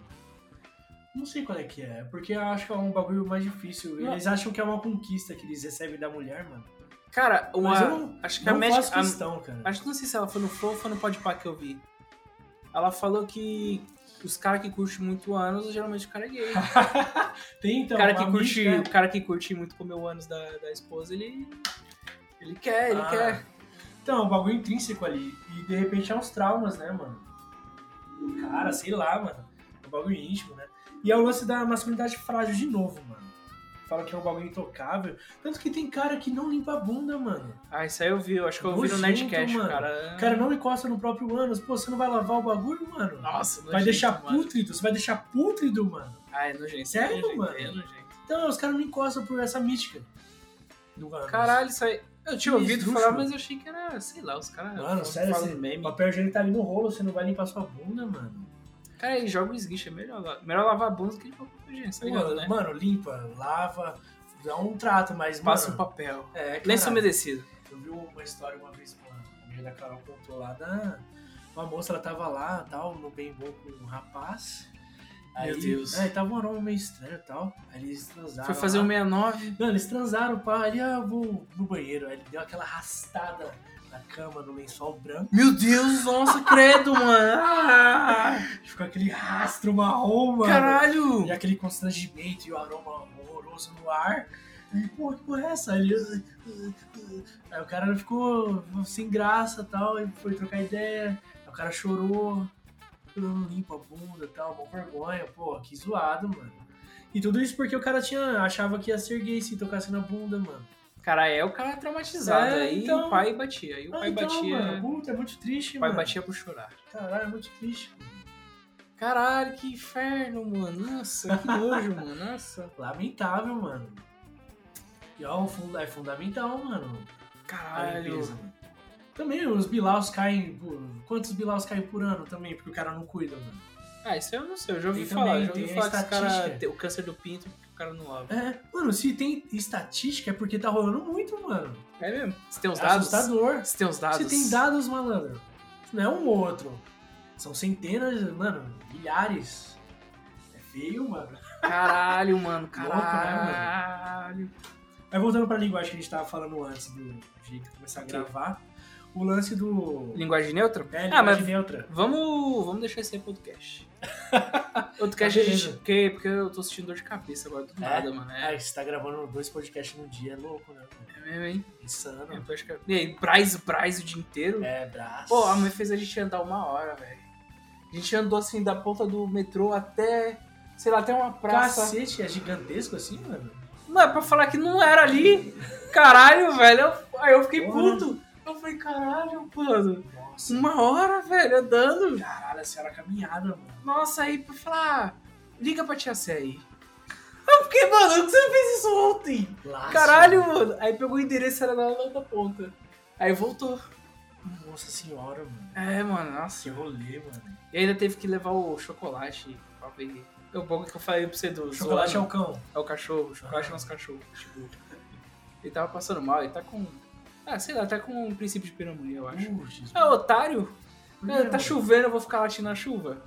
Speaker 2: Não sei qual é que é. Porque eu acho que é um bagulho mais difícil.
Speaker 1: Não.
Speaker 2: Eles acham que é uma conquista que eles recebem da mulher, mano.
Speaker 1: Cara, uma.
Speaker 2: Mas eu não,
Speaker 1: acho que a
Speaker 2: não
Speaker 1: médica.
Speaker 2: faço
Speaker 1: a-
Speaker 2: questão, cara.
Speaker 1: acho que não sei se ela foi no Flow ou foi no Podpah que eu vi. Ela falou que os caras que curtem muito ânus, geralmente o cara é gay.
Speaker 2: Tem, então,
Speaker 1: o, cara que
Speaker 2: uma
Speaker 1: curte,
Speaker 2: mística-
Speaker 1: o cara que curte muito comer o ânus da, da esposa, ele. Ele quer, ele
Speaker 2: Ah.
Speaker 1: quer.
Speaker 2: Então, é um bagulho intrínseco ali. E de repente é uns traumas, né, mano? Cara, sei lá, mano. É um bagulho íntimo, né? E é o lance da masculinidade frágil de novo, mano. Fala que é um bagulho intocável. Tanto que tem cara que não limpa a bunda, mano.
Speaker 1: Ah, isso aí eu vi, eu acho que eu vi no
Speaker 2: Nojento,
Speaker 1: Nerdcast,
Speaker 2: mano.
Speaker 1: cara.
Speaker 2: O cara não encosta no próprio ânus. Pô, você não vai lavar o bagulho, mano?
Speaker 1: Nossa,
Speaker 2: vai
Speaker 1: Ah, nojento,
Speaker 2: deixar
Speaker 1: mano.
Speaker 2: pútrido, você vai deixar pútrido, mano.
Speaker 1: Ah, é nojento.
Speaker 2: Sério,
Speaker 1: é nojento,
Speaker 2: mano?
Speaker 1: É nojento.
Speaker 2: Então, os caras não encostam por essa mística. Do ânus.
Speaker 1: Caralho, isso aí. Eu tinha
Speaker 2: Que
Speaker 1: ouvido
Speaker 2: esdrúxulo.
Speaker 1: falar, mas eu achei que era, sei lá, os caras.
Speaker 2: Mano, sério,
Speaker 1: falam
Speaker 2: você- O
Speaker 1: meme.
Speaker 2: papel higiênico tá ali no rolo, você não vai limpar sua bunda, mano.
Speaker 1: Cara, aí joga o esguicho, é melhor, la- melhor lavar a bunda do que jogar o gente, tá ligado,
Speaker 2: mano,
Speaker 1: né?
Speaker 2: mano, limpa, lava, dá um trato, mas,
Speaker 1: Passa um
Speaker 2: mano...
Speaker 1: papel.
Speaker 2: É, cara,
Speaker 1: Lenço umedecido.
Speaker 2: Eu vi uma história uma vez, mano, a mulher da Carol contou lá da... Uma moça, ela tava lá, tal, no bem bom com um rapaz. Aí,
Speaker 1: Meu Deus.
Speaker 2: É, tava um aroma meio estranho e tal. Aí eles transaram
Speaker 1: Foi fazer um o
Speaker 2: lá.
Speaker 1: 69.
Speaker 2: Não, eles transaram, pá. Ele, ah, eu vou no banheiro. Aí ele deu aquela arrastada na cama, no lençol branco.
Speaker 1: Meu Deus, nossa, credo, mano. Ah,
Speaker 2: Ficou aquele rastro marrom, mano.
Speaker 1: caralho.
Speaker 2: E aquele constrangimento e o aroma horroroso no ar. Aí, pô, que porra é essa? Aí, ele- Aí o cara ficou sem graça e tal, e foi trocar ideia. Aí o cara chorou, "Eu limpo a bunda e tal, com vergonha, pô, que zoado, mano. E tudo isso porque o cara tinha, achava que ia ser gay se tocasse na bunda, mano.
Speaker 1: Cara, é o cara traumatizado.
Speaker 2: É,
Speaker 1: aí
Speaker 2: então.
Speaker 1: o pai batia. Aí o
Speaker 2: Ah,
Speaker 1: pai
Speaker 2: então,
Speaker 1: batia.
Speaker 2: mano, puta, é muito triste,
Speaker 1: o pai
Speaker 2: mano.
Speaker 1: batia por chorar.
Speaker 2: Caralho, é muito triste.
Speaker 1: Caralho, que inferno, mano. Nossa, que nojo, mano. Nossa.
Speaker 2: Lamentável, mano. E ó, o fun- é fundamental, mano. a
Speaker 1: Caralho.
Speaker 2: limpeza. Também os bilaus caem. por- Quantos bilaus caem por ano também? Porque o cara não cuida, mano.
Speaker 1: Ah, isso eu não sei. Eu já ouvi
Speaker 2: Tem
Speaker 1: falar.
Speaker 2: também,
Speaker 1: já ouvi
Speaker 2: tem a
Speaker 1: falar que os caras
Speaker 2: estatística.
Speaker 1: têm o câncer do pinto porque o cara não lava.
Speaker 2: É, mano, se tem estatística é porque tá rolando muito, mano.
Speaker 1: É mesmo? Você tem os
Speaker 2: É
Speaker 1: dados?
Speaker 2: assustador.
Speaker 1: Você tem os dados?
Speaker 2: Se tem dados, malandro. Não é um ou outro. São centenas, mano, milhares. É feio, mano.
Speaker 1: Caralho, mano.
Speaker 2: Louco, né, mano?
Speaker 1: Caralho.
Speaker 2: Mas voltando pra linguagem que a gente tava falando antes do de começar a
Speaker 1: Ok.
Speaker 2: gravar, o lance do.
Speaker 1: Linguagem neutra?
Speaker 2: É, linguagem
Speaker 1: ah, mas
Speaker 2: neutra.
Speaker 1: vamos, vamos deixar isso aí pro outro cast. Outro cast a
Speaker 2: Tá beleza.
Speaker 1: gente. Porque, porque eu tô sentindo dor de cabeça agora do
Speaker 2: É?
Speaker 1: nada, mano. É,
Speaker 2: Ah, você tá gravando dois podcasts no dia, é louco, né? mano?
Speaker 1: é mesmo, hein?
Speaker 2: Insano.
Speaker 1: Eu tô de cabeça. é- E aí, Braz, Braz o dia inteiro?
Speaker 2: É, braço.
Speaker 1: Pô, a mãe fez a gente andar uma hora, velho. A gente andou assim da ponta do metrô até. Sei lá, até uma praça.
Speaker 2: Cacete, é gigantesco assim, mano?
Speaker 1: Mano, é pra falar que não era ali. Caralho, velho. Eu- Aí eu fiquei
Speaker 2: Porra.
Speaker 1: puto. Eu falei, caralho, mano.
Speaker 2: Nossa,
Speaker 1: Uma hora, velho, andando.
Speaker 2: caralho, a senhora caminhada, mano.
Speaker 1: Nossa, aí pra falar, "Ah, liga pra tia Sé aí. Eu fiquei, mano, por que você não fez isso ontem?
Speaker 2: Laço.
Speaker 1: Caralho, mano. Aí pegou o endereço, era na outra ponta. Aí voltou.
Speaker 2: Nossa senhora, mano.
Speaker 1: É, mano, nossa.
Speaker 2: Que rolê, mano.
Speaker 1: E ainda teve que levar o chocolate pra ver. É o pouco que eu falei pra você do
Speaker 2: O chocolate é
Speaker 1: zoando.
Speaker 2: o cão.
Speaker 1: é o cachorro, o chocolate é
Speaker 2: Ah.
Speaker 1: nosso cachorro. Tipo, ele tava passando mal, ele tá com. Ah, sei lá, tá com um princípio de pneumonia, eu acho.
Speaker 2: Puxa,
Speaker 1: Ah, otário?
Speaker 2: por
Speaker 1: Ah,
Speaker 2: que,
Speaker 1: tá
Speaker 2: mano?
Speaker 1: chovendo, eu vou ficar latindo na chuva?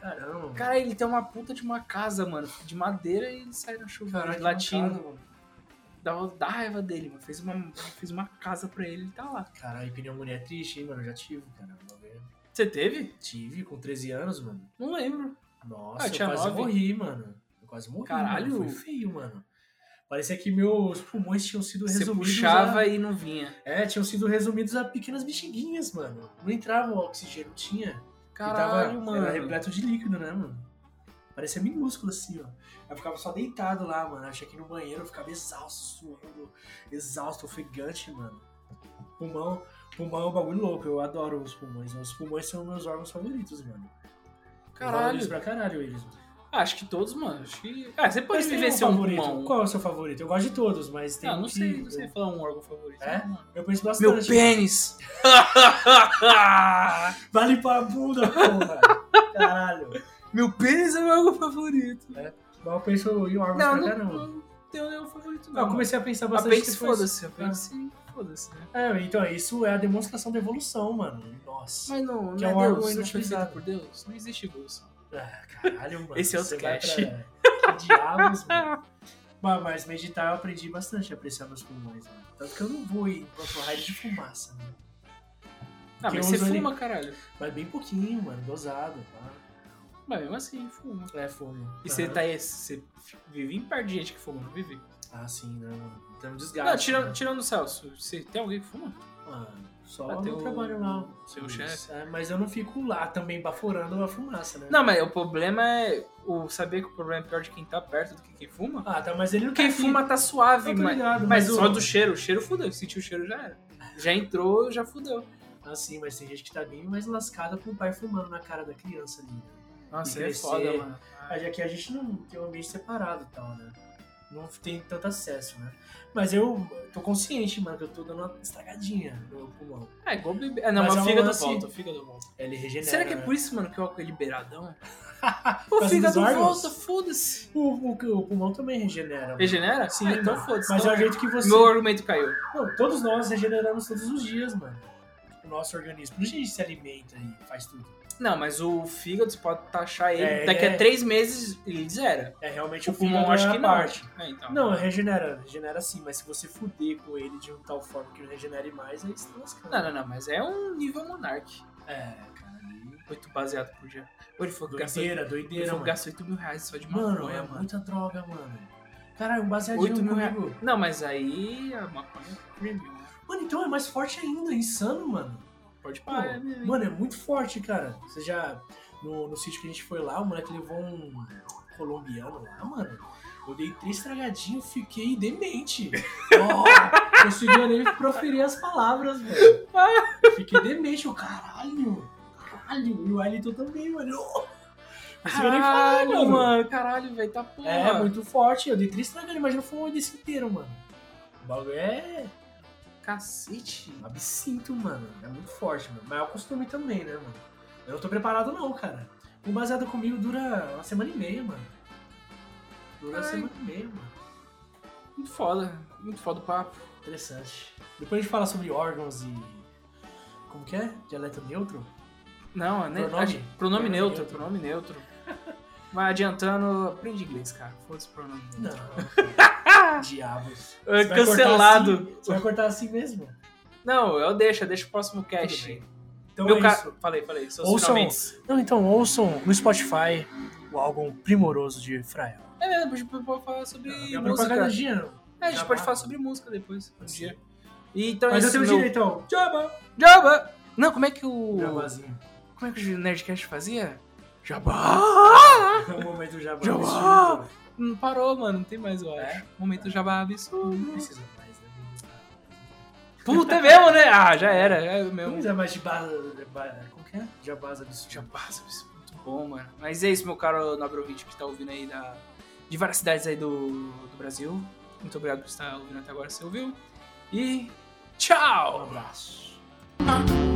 Speaker 2: Caramba.
Speaker 1: Cara, ele tem uma puta de uma casa, mano, de madeira e ele sai na chuva,
Speaker 2: Caralho, que
Speaker 1: latindo.
Speaker 2: mancada, mano.
Speaker 1: Dá, dá raiva dele, mano. Fez uma, fez uma casa pra ele e tá lá.
Speaker 2: Caralho, pneumonia é triste, hein, mano? Eu já tive, cara. uma vez.
Speaker 1: Você teve?
Speaker 2: Tive com 13 anos, mano.
Speaker 1: Não lembro.
Speaker 2: Nossa,
Speaker 1: Ah,
Speaker 2: eu,
Speaker 1: tinha
Speaker 2: quase
Speaker 1: nove.
Speaker 2: morri, mano. Eu quase morri.
Speaker 1: Caralho.
Speaker 2: Mano. Foi feio, mano. Parecia que meus pulmões tinham sido
Speaker 1: Você
Speaker 2: resumidos.
Speaker 1: puxava
Speaker 2: a-
Speaker 1: e não vinha.
Speaker 2: É, tinham sido resumidos a pequenas bexiguinhas, mano. Não entrava o oxigênio, tinha. E tava-
Speaker 1: Caralho, mano.
Speaker 2: Era repleto de líquido, né, mano? Parecia minúsculo assim, ó. Eu ficava só deitado lá, mano. Achei que no banheiro eu ficava exausto, suando, exausto, ofegante, mano. Pulmão, pulmão é um bagulho louco. Eu adoro os pulmões. Os pulmões são meus órgãos favoritos, mano. Eu
Speaker 1: Caralho.
Speaker 2: valorizo pra caralho eles. mano.
Speaker 1: Ah, acho que todos, mano. Acho que... Ah, você pode
Speaker 2: Mas tem
Speaker 1: viver
Speaker 2: um
Speaker 1: sem um
Speaker 2: favorito.
Speaker 1: pulmão.
Speaker 2: Qual é o seu favorito? Eu gosto de todos, mas tem
Speaker 1: Ah,
Speaker 2: um
Speaker 1: não
Speaker 2: que
Speaker 1: sei, não sei
Speaker 2: Eu,
Speaker 1: falar um órgão favorito.
Speaker 2: É?
Speaker 1: não, mano.
Speaker 2: eu penso bastante. tipo,
Speaker 1: Meu pênis!
Speaker 2: Vale pra bunda, porra! Caralho.
Speaker 1: Meu pênis é meu órgão favorito.
Speaker 2: Mas eu penso em órgãos
Speaker 1: Não,
Speaker 2: pra
Speaker 1: não,
Speaker 2: caramba.
Speaker 1: não, tenho nenhum favorito,
Speaker 2: Não,
Speaker 1: não.
Speaker 2: eu comecei a pensar bastante
Speaker 1: Apêndice,
Speaker 2: depois.
Speaker 1: foda-se. Apêndice, foda-se, né?
Speaker 2: É, então isso é a demonstração da evolução, mano. Nossa.
Speaker 1: Mas não,
Speaker 2: Que
Speaker 1: não
Speaker 2: é
Speaker 1: é
Speaker 2: um
Speaker 1: Deus,
Speaker 2: órgão
Speaker 1: não foi
Speaker 2: inutilizado.
Speaker 1: feito por Deus. Não existe evolução.
Speaker 2: Ah, caralho, mano.
Speaker 1: Esse é outro
Speaker 2: Você vai
Speaker 1: cast.
Speaker 2: Pra... Que diabos, mano. Mas, mas meditar eu aprendi bastante a apreciar meus pulmões, mano. Tanto que eu não vou em raio de fumaça, né?
Speaker 1: Ah, mas
Speaker 2: Que eu
Speaker 1: você
Speaker 2: uso ali.
Speaker 1: fuma, caralho.
Speaker 2: Mas bem pouquinho, mano. Dosado, tá?
Speaker 1: Mas mesmo assim, fuma.
Speaker 2: É, fumo.
Speaker 1: E você
Speaker 2: Aham.
Speaker 1: tá aí, você vive em par de gente que fuma, não vive?
Speaker 2: Ah, sim, né, mano? Então desgaste.
Speaker 1: Não, tirando,
Speaker 2: né?
Speaker 1: tirando o Celso, você tem alguém que fuma?
Speaker 2: Mano, só
Speaker 1: Ah,
Speaker 2: o
Speaker 1: tem
Speaker 2: meu
Speaker 1: o-
Speaker 2: trabalho lá.
Speaker 1: seu
Speaker 2: Isso.
Speaker 1: chefe.
Speaker 2: É, mas eu não fico lá também baforando a fumaça, né?
Speaker 1: Não, mas o problema é o saber que o problema é pior de quem tá perto do que quem fuma.
Speaker 2: Ah, tá, mas ele não
Speaker 1: Quem
Speaker 2: tá aqui.
Speaker 1: fuma tá suave,
Speaker 2: Eu tô
Speaker 1: mas,
Speaker 2: ligado,
Speaker 1: mas
Speaker 2: mas
Speaker 1: só
Speaker 2: o-
Speaker 1: do cheiro. O cheiro fudeu. Sentiu o cheiro já era. Já entrou, já fudeu.
Speaker 2: Ah, sim, mas tem gente que tá bem mais lascada com o pai fumando na cara da criança ali. Né?
Speaker 1: Nossa,
Speaker 2: E
Speaker 1: é
Speaker 2: crescer.
Speaker 1: foda, mano.
Speaker 2: Mas aqui a gente não tem um ambiente separado e tal, né? Não tem tanto acesso, né? Mas eu tô consciente, mano, que eu tô dando uma estragadinha no meu pulmão.
Speaker 1: Ah, igual bebê. Ah, não,
Speaker 2: Mas
Speaker 1: mas,
Speaker 2: é um
Speaker 1: o fígado
Speaker 2: lance-
Speaker 1: volta, o fígado volta.
Speaker 2: Ele regenera.
Speaker 1: Será que é
Speaker 2: né?
Speaker 1: por isso, mano, que o álcool é liberadão?
Speaker 2: Por
Speaker 1: Pô, o
Speaker 2: causa
Speaker 1: fígado
Speaker 2: dos órgãos?
Speaker 1: volta, foda-se.
Speaker 2: o, o- o pulmão também regenera. mano.
Speaker 1: Regenera?
Speaker 2: Sim,
Speaker 1: Ah, então
Speaker 2: mano.
Speaker 1: foda-se.
Speaker 2: Mas é
Speaker 1: Então,
Speaker 2: o jeito que você.
Speaker 1: Meu argumento caiu.
Speaker 2: Não, todos nós regeneramos todos os dias, mano. Tipo, o nosso organismo. Por isso a gente se alimenta e faz tudo.
Speaker 1: Não, mas o fígado, você pode taxar ele.
Speaker 2: É,
Speaker 1: Daqui
Speaker 2: é.
Speaker 1: a três meses, ele zera.
Speaker 2: É realmente
Speaker 1: O
Speaker 2: o fígado
Speaker 1: pulmão,
Speaker 2: é
Speaker 1: acho
Speaker 2: a
Speaker 1: que não.
Speaker 2: parte.
Speaker 1: É, então.
Speaker 2: Não, regenera, regenera sim, mas se você fuder com ele de um tal forma que não regenere mais, aí você tá lascando.
Speaker 1: Não, não, não, mas é um nível monarque.
Speaker 2: É, cara, aí-
Speaker 1: Oito baseado por dia. Ou ele falou que gastou,
Speaker 2: doideira,
Speaker 1: ele
Speaker 2: doideira,
Speaker 1: falou que
Speaker 2: mano.
Speaker 1: gastou 8 mil reais só de
Speaker 2: Mano,
Speaker 1: maconha,
Speaker 2: é
Speaker 1: mano.
Speaker 2: muita droga, mano. Caralho, um baseadinho
Speaker 1: Oito mil
Speaker 2: comigo.
Speaker 1: Não, mas aí a maconha é premium. né?
Speaker 2: Mano, então é mais forte ainda, insano, mano.
Speaker 1: Pode
Speaker 2: Pô,
Speaker 1: parar.
Speaker 2: mano, é muito forte, cara. Você já. No, no sítio que a gente foi lá, o moleque levou um colombiano lá, mano. Eu dei três tragadinhos, fiquei demente. Ó, conseguia nem proferir as palavras, velho. Fiquei demente, eu, caralho, caralho. E o Wellington também, mano. Ó, Conseguia nem falar,
Speaker 1: Caralho,
Speaker 2: mano.
Speaker 1: mano. Caralho, velho, tá porra.
Speaker 2: É, muito forte. Eu dei três tragadinhos, imagina foi um desse inteiro, mano. O bagulho é
Speaker 1: Cacete.
Speaker 2: Um absinto, mano. É muito forte, mano. Mas é o costume também, né, mano? Eu não tô preparado, não, cara. O baseado comigo dura uma semana e meia, mano. Dura uma
Speaker 1: Ai.
Speaker 2: semana e meia, mano.
Speaker 1: Muito foda. Muito foda o papo.
Speaker 2: Interessante. Depois a gente fala sobre órgãos e. Como que é? Dialeto neutro?
Speaker 1: Não, né?
Speaker 2: Pronome?
Speaker 1: acho- pronome
Speaker 2: Pronome
Speaker 1: neutro,
Speaker 2: neutro.
Speaker 1: pronome neutro. Vai adiantando, aprende inglês, cara. Foda-se o pronome neutro.
Speaker 2: Não. Diabos.
Speaker 1: É
Speaker 2: Você vai cortar
Speaker 1: cancelado.
Speaker 2: assim? Você vai cortar assim mesmo?
Speaker 1: Não, eu deixo, eu deixo o próximo
Speaker 2: Tudo
Speaker 1: cast.
Speaker 2: bem. Então
Speaker 1: Meu
Speaker 2: é
Speaker 1: ca-
Speaker 2: isso.
Speaker 1: Falei, falei. Seus
Speaker 2: Ouçam.
Speaker 1: finalmente.
Speaker 2: Não, então ouçam no Spotify o álbum primoroso de Frael.
Speaker 1: É, né, a gente pode falar sobre
Speaker 2: É uma
Speaker 1: música.
Speaker 2: propaganda de ano.
Speaker 1: É, a gente
Speaker 2: Já
Speaker 1: pode
Speaker 2: vai.
Speaker 1: falar sobre música depois. Um dia. E então
Speaker 2: Mas eu
Speaker 1: esse
Speaker 2: tenho
Speaker 1: meu...
Speaker 2: direito ao Jabba.
Speaker 1: Jabá! Não, como é que o...
Speaker 2: Jabazinho.
Speaker 1: Como é que o Nerdcast fazia? Jabá!
Speaker 2: É o momento do jabá.
Speaker 1: Jabá!
Speaker 2: absurdo.
Speaker 1: Não parou, mano. Não tem mais, eu
Speaker 2: É?
Speaker 1: acho. Momento Jabá
Speaker 2: Não
Speaker 1: absurdo.
Speaker 2: precisa mais, né?
Speaker 1: Puta, é mesmo, né? Ah, já era. É mesmo.
Speaker 2: Não precisa mais de barra. Como que é? Jabás absurdo.
Speaker 1: Jabás, isso é muito bom, mano. Mas é isso, meu caro nobre ouvinte que tá ouvindo aí da, de várias cidades aí do, do Brasil. Muito obrigado por estar ouvindo até agora, se você ouviu. E
Speaker 2: Um
Speaker 1: tchau!
Speaker 2: abraço.
Speaker 3: Thank